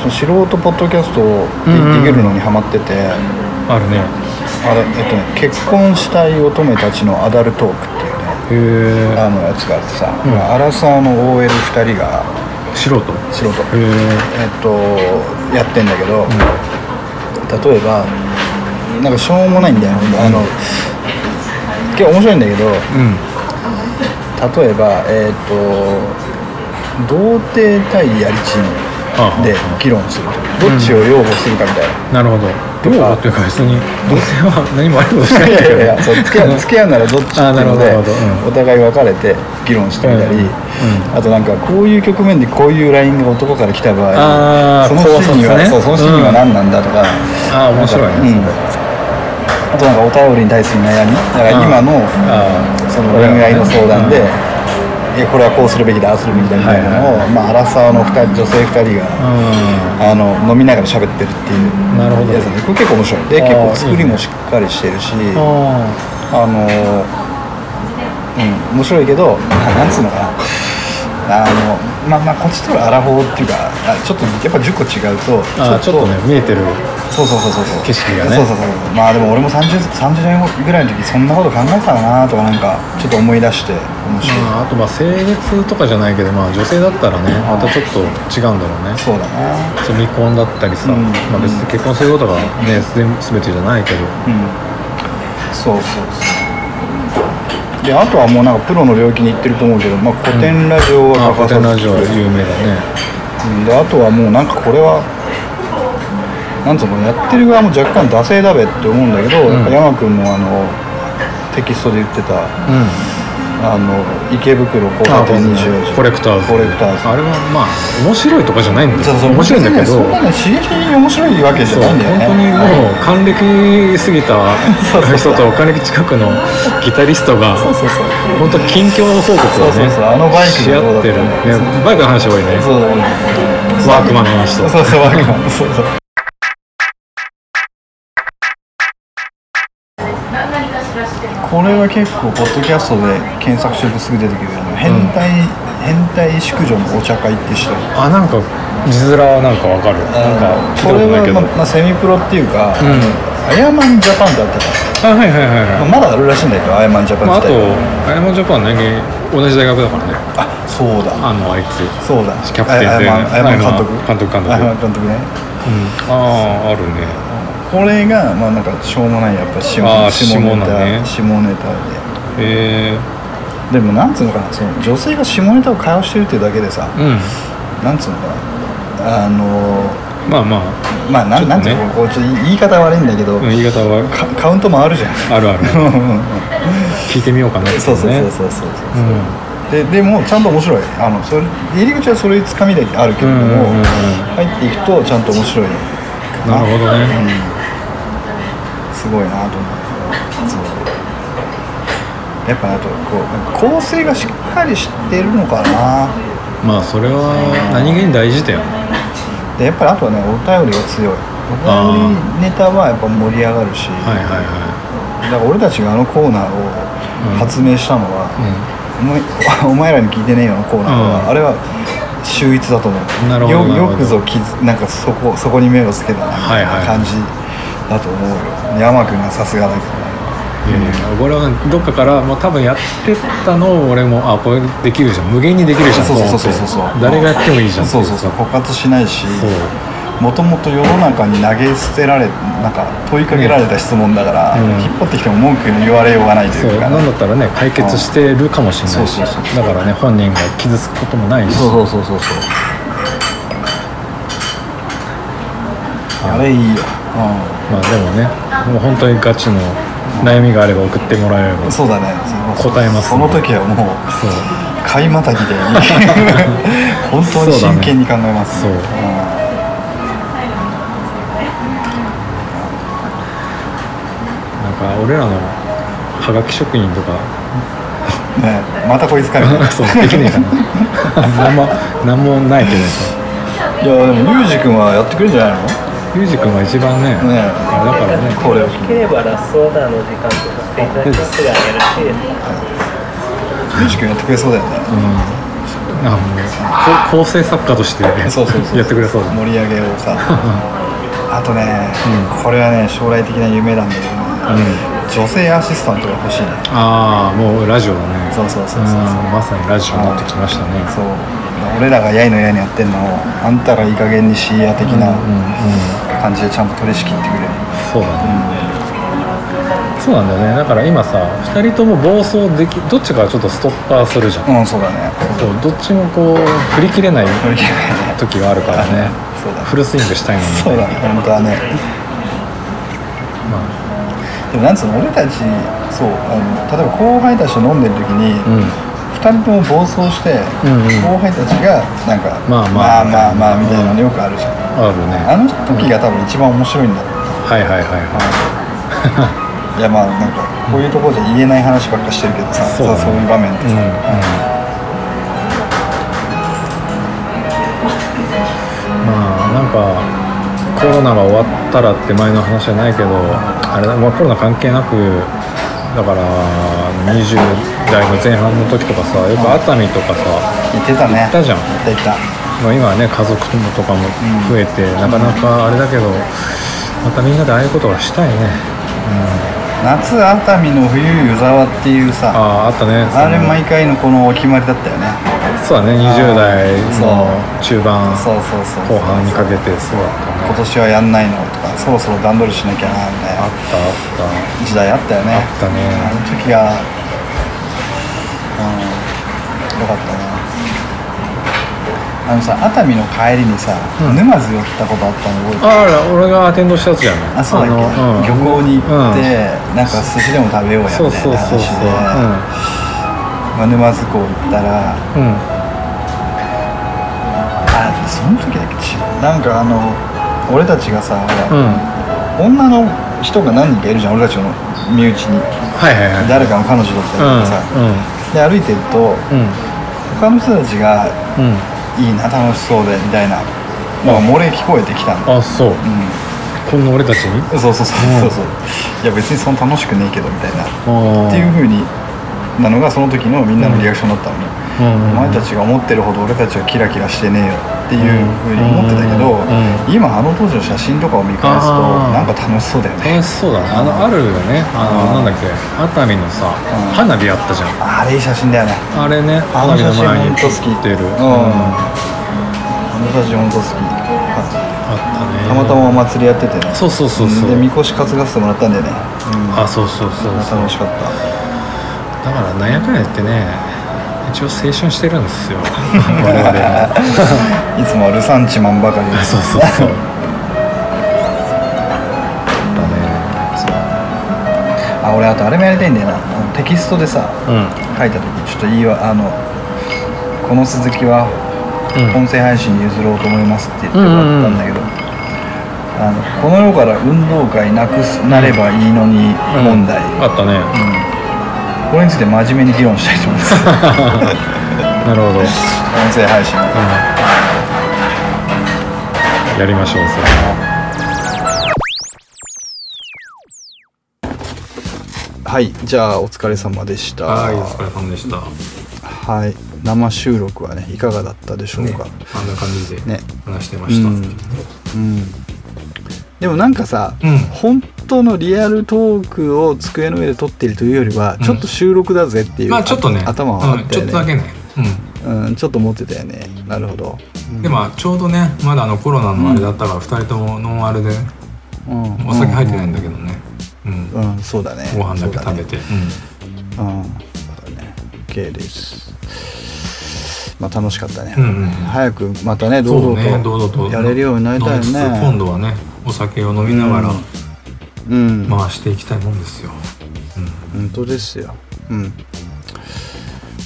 Speaker 2: その素人ポッドキャストを
Speaker 3: うんうんうん
Speaker 2: できるのにハマってて、
Speaker 3: あるね
Speaker 2: あれえっとね「結婚したい乙女たちのアダルトーク」っていうね
Speaker 3: へえ
Speaker 2: あのやつがあってさ、
Speaker 3: うん
Speaker 2: アラサーの OL2 人が
Speaker 3: 素人へ
Speaker 2: 素人
Speaker 3: え
Speaker 2: えっと、やってんだけど、例えばなんかしょうもないんだよ、あの結構面白いんだけど
Speaker 3: うん
Speaker 2: 例えばえっと童貞対やりチームで議論するどっちを擁護するかみたいな。
Speaker 3: なるほど
Speaker 2: か
Speaker 3: 両方っていうか別に同性は何も悪いことしない
Speaker 2: い
Speaker 3: んだ
Speaker 2: やいや
Speaker 3: け
Speaker 2: いやそう
Speaker 3: ど
Speaker 2: 付き合う付き合うならどっちっていうので
Speaker 3: あーなるほどなるほど
Speaker 2: お
Speaker 3: うん
Speaker 2: 互い分かれて議論してみたり、
Speaker 3: うんうん
Speaker 2: あとなんかこういう局面でこういうラインが男から来た場
Speaker 3: あ
Speaker 2: 合
Speaker 3: ー
Speaker 2: その真意は、
Speaker 3: 考察ね
Speaker 2: そうその真意は何なんだとか、
Speaker 3: あー面白いね
Speaker 2: なんかうん、あとなんかお便りに対する悩みだから今の
Speaker 3: ああ
Speaker 2: その恋愛の相談で、いやこれはこうするべきだああするべきだみたいなのを、まあ、アラサーの二人女性2人が。
Speaker 3: う
Speaker 2: あの飲みながら喋ってるっていうん
Speaker 3: なるほど
Speaker 2: やつでこれ結構面白いで
Speaker 3: あー
Speaker 2: 結構作りもしっかりしてるし
Speaker 3: あ
Speaker 2: あのーうん面白いけどあなんつうのかなあのまあまあこっちとはアラフォーっていうかあちょっとやっぱ10個違うと
Speaker 1: あーちょっとね見えてる
Speaker 2: そうそうそうそうそう
Speaker 1: 景色がね
Speaker 2: そうそうそうまあでも俺も 30, 30年ぐらいの時そんなこと考えてたなとかなんかちょっと思い出して面白い、
Speaker 1: まあ、あとまあ性別とかじゃないけど、まあ、女性だったらねまたちょっと違うんだろうね
Speaker 2: そうだな
Speaker 1: そう未婚だったりさ、
Speaker 2: うん
Speaker 1: まあ、別に結婚することがね全全てじゃないけど
Speaker 2: うんそうそうそうであとはもうなんかプロの領域に行ってると思うけど、まあ、古典ラジオ
Speaker 1: まあ
Speaker 2: は
Speaker 1: 古
Speaker 2: 欠かさ
Speaker 1: 典ラジ
Speaker 2: ず、
Speaker 1: オは有名だね
Speaker 2: うんであとはもうなんかこれはなんつうのやってる側も若干惰性だべって思うんだけど、
Speaker 1: ん
Speaker 2: やっぱ山君もあのテキストで言ってた
Speaker 1: うん
Speaker 2: あの池袋交差
Speaker 1: あ
Speaker 2: 点
Speaker 1: の
Speaker 2: 24時
Speaker 1: コレクターズ
Speaker 2: コレクターズ
Speaker 1: あれはまあ面白いとかじゃないんだよ面白いんだけど
Speaker 2: そんなね刺激に面白いわけじ
Speaker 1: そう
Speaker 2: ゃない
Speaker 1: 本
Speaker 2: ん
Speaker 1: 当に
Speaker 2: だよね
Speaker 1: もう還暦過ぎた
Speaker 2: そうそうそう
Speaker 1: 人と還暦近くのギタリストが
Speaker 2: そうそうそう
Speaker 1: 本当近況報告を
Speaker 2: そうそう
Speaker 1: ね
Speaker 2: そうあのバイク
Speaker 1: し
Speaker 2: の
Speaker 1: 合
Speaker 2: こと
Speaker 1: ってる
Speaker 2: だ
Speaker 1: ね
Speaker 2: ったね
Speaker 1: バイクの話多いね
Speaker 2: そうだね
Speaker 1: ワークマンの話 *laughs* と
Speaker 2: そうそうわかんないそうそうこれは結構ポッドキャストで検索するとすぐ出てくるよね変態、変態淑女のお茶会って人
Speaker 1: あなんか字面なんかわかるなんか聞いたこと
Speaker 2: これ
Speaker 1: ないけど、
Speaker 2: は、ままあ、セミプロっていうか、
Speaker 1: うん
Speaker 2: アヤマンジャパンだったか
Speaker 1: あはいはいはいは
Speaker 2: ら、ま
Speaker 1: い、
Speaker 2: あまだあるらしいんだけどアヤマンジャパン
Speaker 1: まあ、あ
Speaker 2: 自
Speaker 1: とア
Speaker 2: 体
Speaker 1: ヤマンジャパンね同じ大学だからね
Speaker 2: あそうだ
Speaker 1: あのあいつ
Speaker 2: そうだ
Speaker 1: キャプテンで
Speaker 2: アヤマンアヤマン監督
Speaker 1: 監督監督
Speaker 2: アヤマン監督ね
Speaker 1: あああるね
Speaker 2: これがまあなんかしょうもないやっぱ下
Speaker 1: あー
Speaker 2: 下ネ
Speaker 1: 下
Speaker 2: タ、
Speaker 1: だね
Speaker 2: 下ネタ
Speaker 1: え
Speaker 2: ででもなんつうのかなその女性が下ネタを会話してるっていうだけでさ
Speaker 1: ー、うん
Speaker 2: なんつうのかなあの
Speaker 1: まあまあ、
Speaker 2: ーまあな,、
Speaker 1: ちょっとね
Speaker 2: なんていうのこうちょっと言い方悪いんだけ
Speaker 1: う
Speaker 2: ど、
Speaker 1: ん言い方は
Speaker 2: カカウントもあるじゃん
Speaker 1: あるある聞いてみようかなってね
Speaker 2: *laughs* そうそうそうそうそうそ
Speaker 1: う
Speaker 2: う
Speaker 1: ん
Speaker 2: ででもちゃんと面白いあのそれ入り口はそれつかみであるけれども、
Speaker 1: うんうんうんうん
Speaker 2: 入っていくとちゃんと面白い
Speaker 1: なるほどね
Speaker 2: すごいなと思うそうやっぱあとこう構成がしっかりしてるのかな
Speaker 1: まあそれは何気に大事だよ
Speaker 2: でやっぱりあとはねお便りが強い
Speaker 1: あ
Speaker 2: お便りネタはやっぱ盛り上がるし、
Speaker 1: はいはいは
Speaker 2: だから俺たちがあのコーナーを発明したのは、お前お前ら *laughs* に聞いてねえよのコーナーは、
Speaker 1: うん
Speaker 2: あれは秀逸だと思う
Speaker 1: なるほど
Speaker 2: よ
Speaker 1: なるほど
Speaker 2: よくぞ気づなんかそこそこに目をつけたなみたい
Speaker 1: はいは
Speaker 2: ない感じだと思うよ、山君はさすがだけどね
Speaker 1: いいやいや俺はどっかからもう多分やってたのを俺もあこれできるじゃん無限にできるじゃん
Speaker 2: そうそうそう
Speaker 1: と思って
Speaker 2: そうそうそう
Speaker 1: 誰がやってもいいじゃんってい
Speaker 2: そうそうそう枯渇しないし
Speaker 1: そう
Speaker 2: もともと世の中に投げ捨てられなんか問いかけられた質問だから、
Speaker 1: うん
Speaker 2: 引っ張ってきても文句に言われようがないと
Speaker 1: そう
Speaker 2: いうか
Speaker 1: なんだったらね解決してるかもしれないし
Speaker 2: そうそうそ
Speaker 1: だからね本人が傷つくこともないし
Speaker 2: そうそうそうそうそうあれいいよ、
Speaker 1: まあでもねもう本当にガチの悩みがあれば送ってもらえれ
Speaker 2: う
Speaker 1: ば
Speaker 2: ん、そうだねそう
Speaker 1: 答えます
Speaker 2: その時はもう
Speaker 1: そう
Speaker 2: 買いまたぎ
Speaker 1: *laughs*
Speaker 2: で本当に真剣に考えます、
Speaker 1: そうだねなんか俺らのはがき職人とか
Speaker 2: うんねまたこいつかよ
Speaker 1: *laughs* そうできねえかな *laughs* なんもなんもないけどさ
Speaker 2: いやでもユージ君はやってくれるんじゃないの
Speaker 1: ゆうじくんは一番ね
Speaker 2: ね
Speaker 1: あれだからね
Speaker 2: これ
Speaker 4: 聞ければラストオーダーの時間とかステータスがよろしいですか
Speaker 2: ユージ君やってくれそうだよね、
Speaker 1: あもうこ構成作家として
Speaker 2: そうそうそう
Speaker 1: やってくれそうだね
Speaker 2: 盛り上げを *laughs* さあとね、これはね将来的な夢なんだけどね、女性アシスタントが欲しいね
Speaker 1: ああもうラジオだね
Speaker 2: そうそうそうそううそうん
Speaker 1: まさにラジオになってきましたね
Speaker 2: そう俺らがやいのやいのやってんのをあんたらいい加減にシーア的な感じでちゃんと取り仕切ってくれる、
Speaker 1: そうだね、そうなんだよねだから今さ2人とも暴走できどっちかがちょっとストッパーするじゃん、
Speaker 2: うんそうだね
Speaker 1: そうどっちもこう振り切れない
Speaker 2: 取り切れないね
Speaker 1: 時があるからね
Speaker 2: そうだ
Speaker 1: フルスイングしたいのに
Speaker 2: そうだね本当はね
Speaker 1: ま
Speaker 2: でもなんつうの俺たちそうあの例えば後輩たちと飲んでる時に、
Speaker 1: あ、うん
Speaker 2: 2人とも暴走して、
Speaker 1: うんうん
Speaker 2: 後輩たちがなんか
Speaker 1: まあまあ
Speaker 2: まあまあまあみたいなのよくあるじゃん、
Speaker 1: あるね
Speaker 2: あの時が多分一番面白いんだろう
Speaker 1: はいはいはいはい
Speaker 2: やまあなんかこういうところじゃ言えない話ばっかしてるけどさ
Speaker 1: そうだね
Speaker 2: そういう場面って
Speaker 1: い、うん
Speaker 2: さ、
Speaker 1: うんまあなんかコロナが終わったらって前の話じゃないけどあれだ、まあ、コロナ関係なくだから20代の前半の時とかさよく熱海とかさ
Speaker 2: 言ってた
Speaker 1: 言
Speaker 2: ね
Speaker 1: ったじゃん
Speaker 2: 言った言った
Speaker 1: まあ、今はね家族とかも増えて、なかなかあれだけどまたみんなでああいうことがしたいね、
Speaker 2: 夏熱海の冬湯沢っていうさ
Speaker 1: あああったね
Speaker 2: あれ
Speaker 1: その
Speaker 2: 毎回のこのお決まりだったよね
Speaker 1: そうだね20代の中盤
Speaker 2: そうそうそうそう
Speaker 1: 後半にかけてそうだったね
Speaker 2: 今年はやんないのとかそろそろ段取りしなきゃなみたい
Speaker 1: あっ
Speaker 2: な
Speaker 1: たあっ
Speaker 2: 時代あったよね
Speaker 1: あったね
Speaker 2: あの時がうんよかったなあのさ熱海の帰りにさ、
Speaker 1: うん
Speaker 2: 沼津寄ったことあったの覚えてる
Speaker 1: たああら俺がアテンドしたやつじゃない
Speaker 2: あそうだっけ、
Speaker 1: のうん
Speaker 2: 漁港に行って、
Speaker 1: うん
Speaker 2: なんか寿司でも食べようやみた
Speaker 1: そ
Speaker 2: い
Speaker 1: う
Speaker 2: な
Speaker 1: そうそうそう
Speaker 2: 話で、まあ、沼津港行ったら
Speaker 1: うん、うん、
Speaker 2: あその時だっけちなんかあの俺たちがさ、
Speaker 1: うん
Speaker 2: ほら女の人が何人かいるじゃん俺たちの身内に
Speaker 1: はいはいはい
Speaker 2: 誰かの彼女だったりとかさ、
Speaker 1: う
Speaker 2: で歩いてる
Speaker 1: ん
Speaker 2: と
Speaker 1: うん
Speaker 2: 他の人たちが
Speaker 1: うんうん
Speaker 2: いいな楽しそうでみたいなのが漏れ聞こえてきたの、
Speaker 1: あそう
Speaker 2: う
Speaker 1: こんな俺たちに
Speaker 2: ん、そうそうそう
Speaker 1: うん
Speaker 2: そうそういや別にそんな楽しくねえけどみたいな
Speaker 1: ああ
Speaker 2: っていう風になのがその時のみんなのリアクションだったのに、
Speaker 1: うん
Speaker 2: お前たちが思ってるほど俺たちはキラキラしてねえよっていう風に思ってたけど、
Speaker 1: う
Speaker 2: 今あの当時の写真とかを見返すと
Speaker 1: あー
Speaker 2: なんか楽しそうだよね
Speaker 1: 楽しそうだねあのあるよねあのなんだっけ熱海のさ
Speaker 2: ん
Speaker 1: 花火あったじゃん
Speaker 2: あれいい写真だよね
Speaker 1: あれね
Speaker 2: あ
Speaker 1: 花
Speaker 2: の
Speaker 1: 火の
Speaker 2: 写真
Speaker 1: 前
Speaker 2: 本
Speaker 1: に
Speaker 2: 当好き
Speaker 1: 撮ってる、
Speaker 2: うん、
Speaker 1: あ
Speaker 2: あの写真本当好
Speaker 1: った
Speaker 2: き
Speaker 1: ね
Speaker 2: たまたまお祭りやっててね
Speaker 1: そうそうそうそうん
Speaker 2: でみこし担がせてもらったんだよね、うん、
Speaker 1: あそうそうそうそう
Speaker 2: 楽しかった
Speaker 1: だからなんやかんや言ってね一応青春してるんです
Speaker 2: *laughs*
Speaker 1: よ我々は
Speaker 2: いつもはルサンチマンばかりで
Speaker 1: そうそうそうだ
Speaker 2: あ俺あとあれもやりたいんだよなあのテキストでさ
Speaker 1: ね
Speaker 2: 書いた時ちょっと言いわあのこの鈴木は
Speaker 1: うん
Speaker 2: 音声配信に譲ろうと思いますって言ってもらったんだけど、あのこの世から運動会なくすなればいいのに
Speaker 1: うん
Speaker 2: 問題、
Speaker 1: あったね
Speaker 2: これについて真面目に議論したいと思います音
Speaker 1: なるほど、うん、
Speaker 2: 声配信
Speaker 1: やりましょうそれ
Speaker 2: はいじゃあお疲れ様でした
Speaker 3: はいお疲れ様でしたあ
Speaker 2: はい生収録はねいかがだったでしょうか、
Speaker 3: んな感じで
Speaker 2: ね
Speaker 3: 話してました、
Speaker 2: うんうんでもなんかさ、
Speaker 3: うん
Speaker 2: 本当のリアルトークを机の上で撮っているというよりは、
Speaker 3: ん
Speaker 2: ちょっと収録だぜっていう、
Speaker 3: まあちょっとね
Speaker 2: あ頭はあ
Speaker 3: うん
Speaker 2: った
Speaker 3: ち
Speaker 2: よ
Speaker 3: ょっ
Speaker 2: ね、
Speaker 3: とだけね、
Speaker 2: うん、ちょっと持ってたよねなるほど、
Speaker 3: うん、でもちょうどねまだあのコロナのあれだったから2人ともノンアルで
Speaker 2: うん、
Speaker 3: お酒入ってないんだけどね、うん
Speaker 2: うん、うんそうだね
Speaker 3: ご飯だけ食べ
Speaker 2: て
Speaker 3: てう,、
Speaker 2: そうだね,、うん、そうだね OK ですまあ楽しかったね、
Speaker 3: んうんうん
Speaker 2: 早くまたね
Speaker 3: そ
Speaker 2: 堂
Speaker 3: うね
Speaker 2: 々
Speaker 3: 堂々と
Speaker 2: とやれるようになりたいよ
Speaker 3: 飲みつつ
Speaker 2: ね
Speaker 3: 今度はねお酒を飲みながら
Speaker 2: うん、
Speaker 3: 回していきたいもんですよ、うん
Speaker 2: 本当ですようん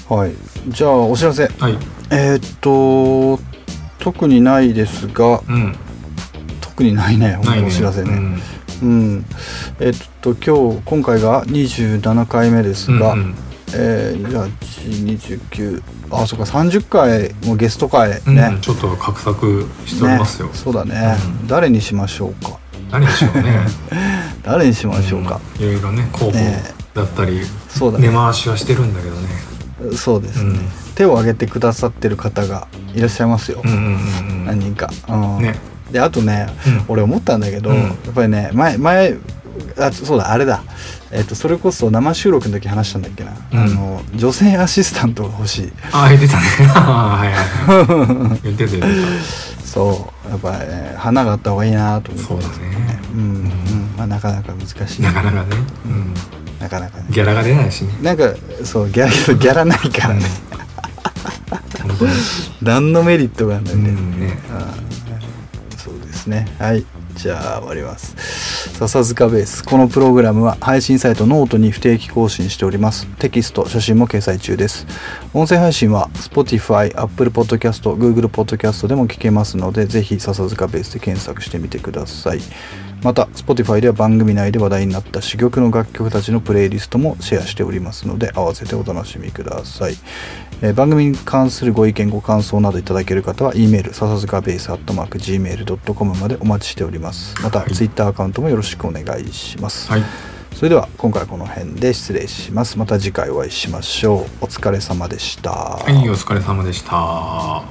Speaker 2: はいじゃあお知らせ
Speaker 3: はい
Speaker 2: えーっと特にないですが
Speaker 3: うん
Speaker 2: 特にないね本
Speaker 3: ない
Speaker 2: 当
Speaker 3: ね
Speaker 2: お知らせね
Speaker 3: うん
Speaker 2: うん、えーっと今日今回が27回目ですが、
Speaker 3: うんうん
Speaker 2: えーじゃあ29あそっか30回もゲスト回ね、
Speaker 3: うんうんちょっと画策しておりますよ、
Speaker 2: ねそうだね、
Speaker 3: うん
Speaker 2: 誰にしましょうか
Speaker 3: 何でしょ
Speaker 2: *laughs*
Speaker 3: うね
Speaker 2: 誰にしましょうか、
Speaker 3: うんいろいろね候補
Speaker 2: ね
Speaker 3: だったり、
Speaker 2: そうだね
Speaker 3: 根回しはしてるんだけどね
Speaker 2: そうですね、
Speaker 3: う
Speaker 2: 手を挙げてくださってる方がいらっしゃいますよ、
Speaker 3: うんうんうんうん
Speaker 2: 何人か、うん
Speaker 3: ね
Speaker 2: であとね、
Speaker 3: うん
Speaker 2: 俺思ったんだけど、
Speaker 3: うん
Speaker 2: やっぱりね前前あそうだあれだ、えっとそれこそ生収録の時話したんだっけな、
Speaker 3: うん
Speaker 2: あの女性アシスタントが欲しい
Speaker 3: あ言ってたね *laughs* はいはいはい言ってた言って
Speaker 2: そうやっぱり、ね、花があった方がいいなと
Speaker 3: た
Speaker 2: 思って
Speaker 3: そうだね
Speaker 2: うん、うんまあ、なかなか難しい
Speaker 3: なかなかね、うん、
Speaker 2: なかなかね
Speaker 3: ギャラが出ないしね
Speaker 2: なんかそうギャラギャラないからね、
Speaker 3: 本当に
Speaker 2: *laughs* 何のメリットがあるんだよね、
Speaker 3: うんね
Speaker 2: そうですねはいじゃあ終わります笹塚ベースこのプログラムは配信サイトノートに不定期更新しておりますテキスト写真も掲載中です音声配信は Spotify、Apple Podcast、Google Podcast でも聞けますのでぜひ笹塚ベースで検索してみてくださいまた Spotify では番組内で話題になった珠玉の楽曲たちのプレイリストもシェアしておりますので合わせてお楽しみください、えー番組に関するご意見ご感想などいただける方は E メール笹塚ベースアットマーク Gmail.com までお待ちしておりますまた Twitter アカウントもよろしくお願いします、
Speaker 3: はい
Speaker 2: それでは今回はこの辺で失礼しますまた次回お会いしましょうお疲れ様でした、
Speaker 3: はい、お疲れ様でした。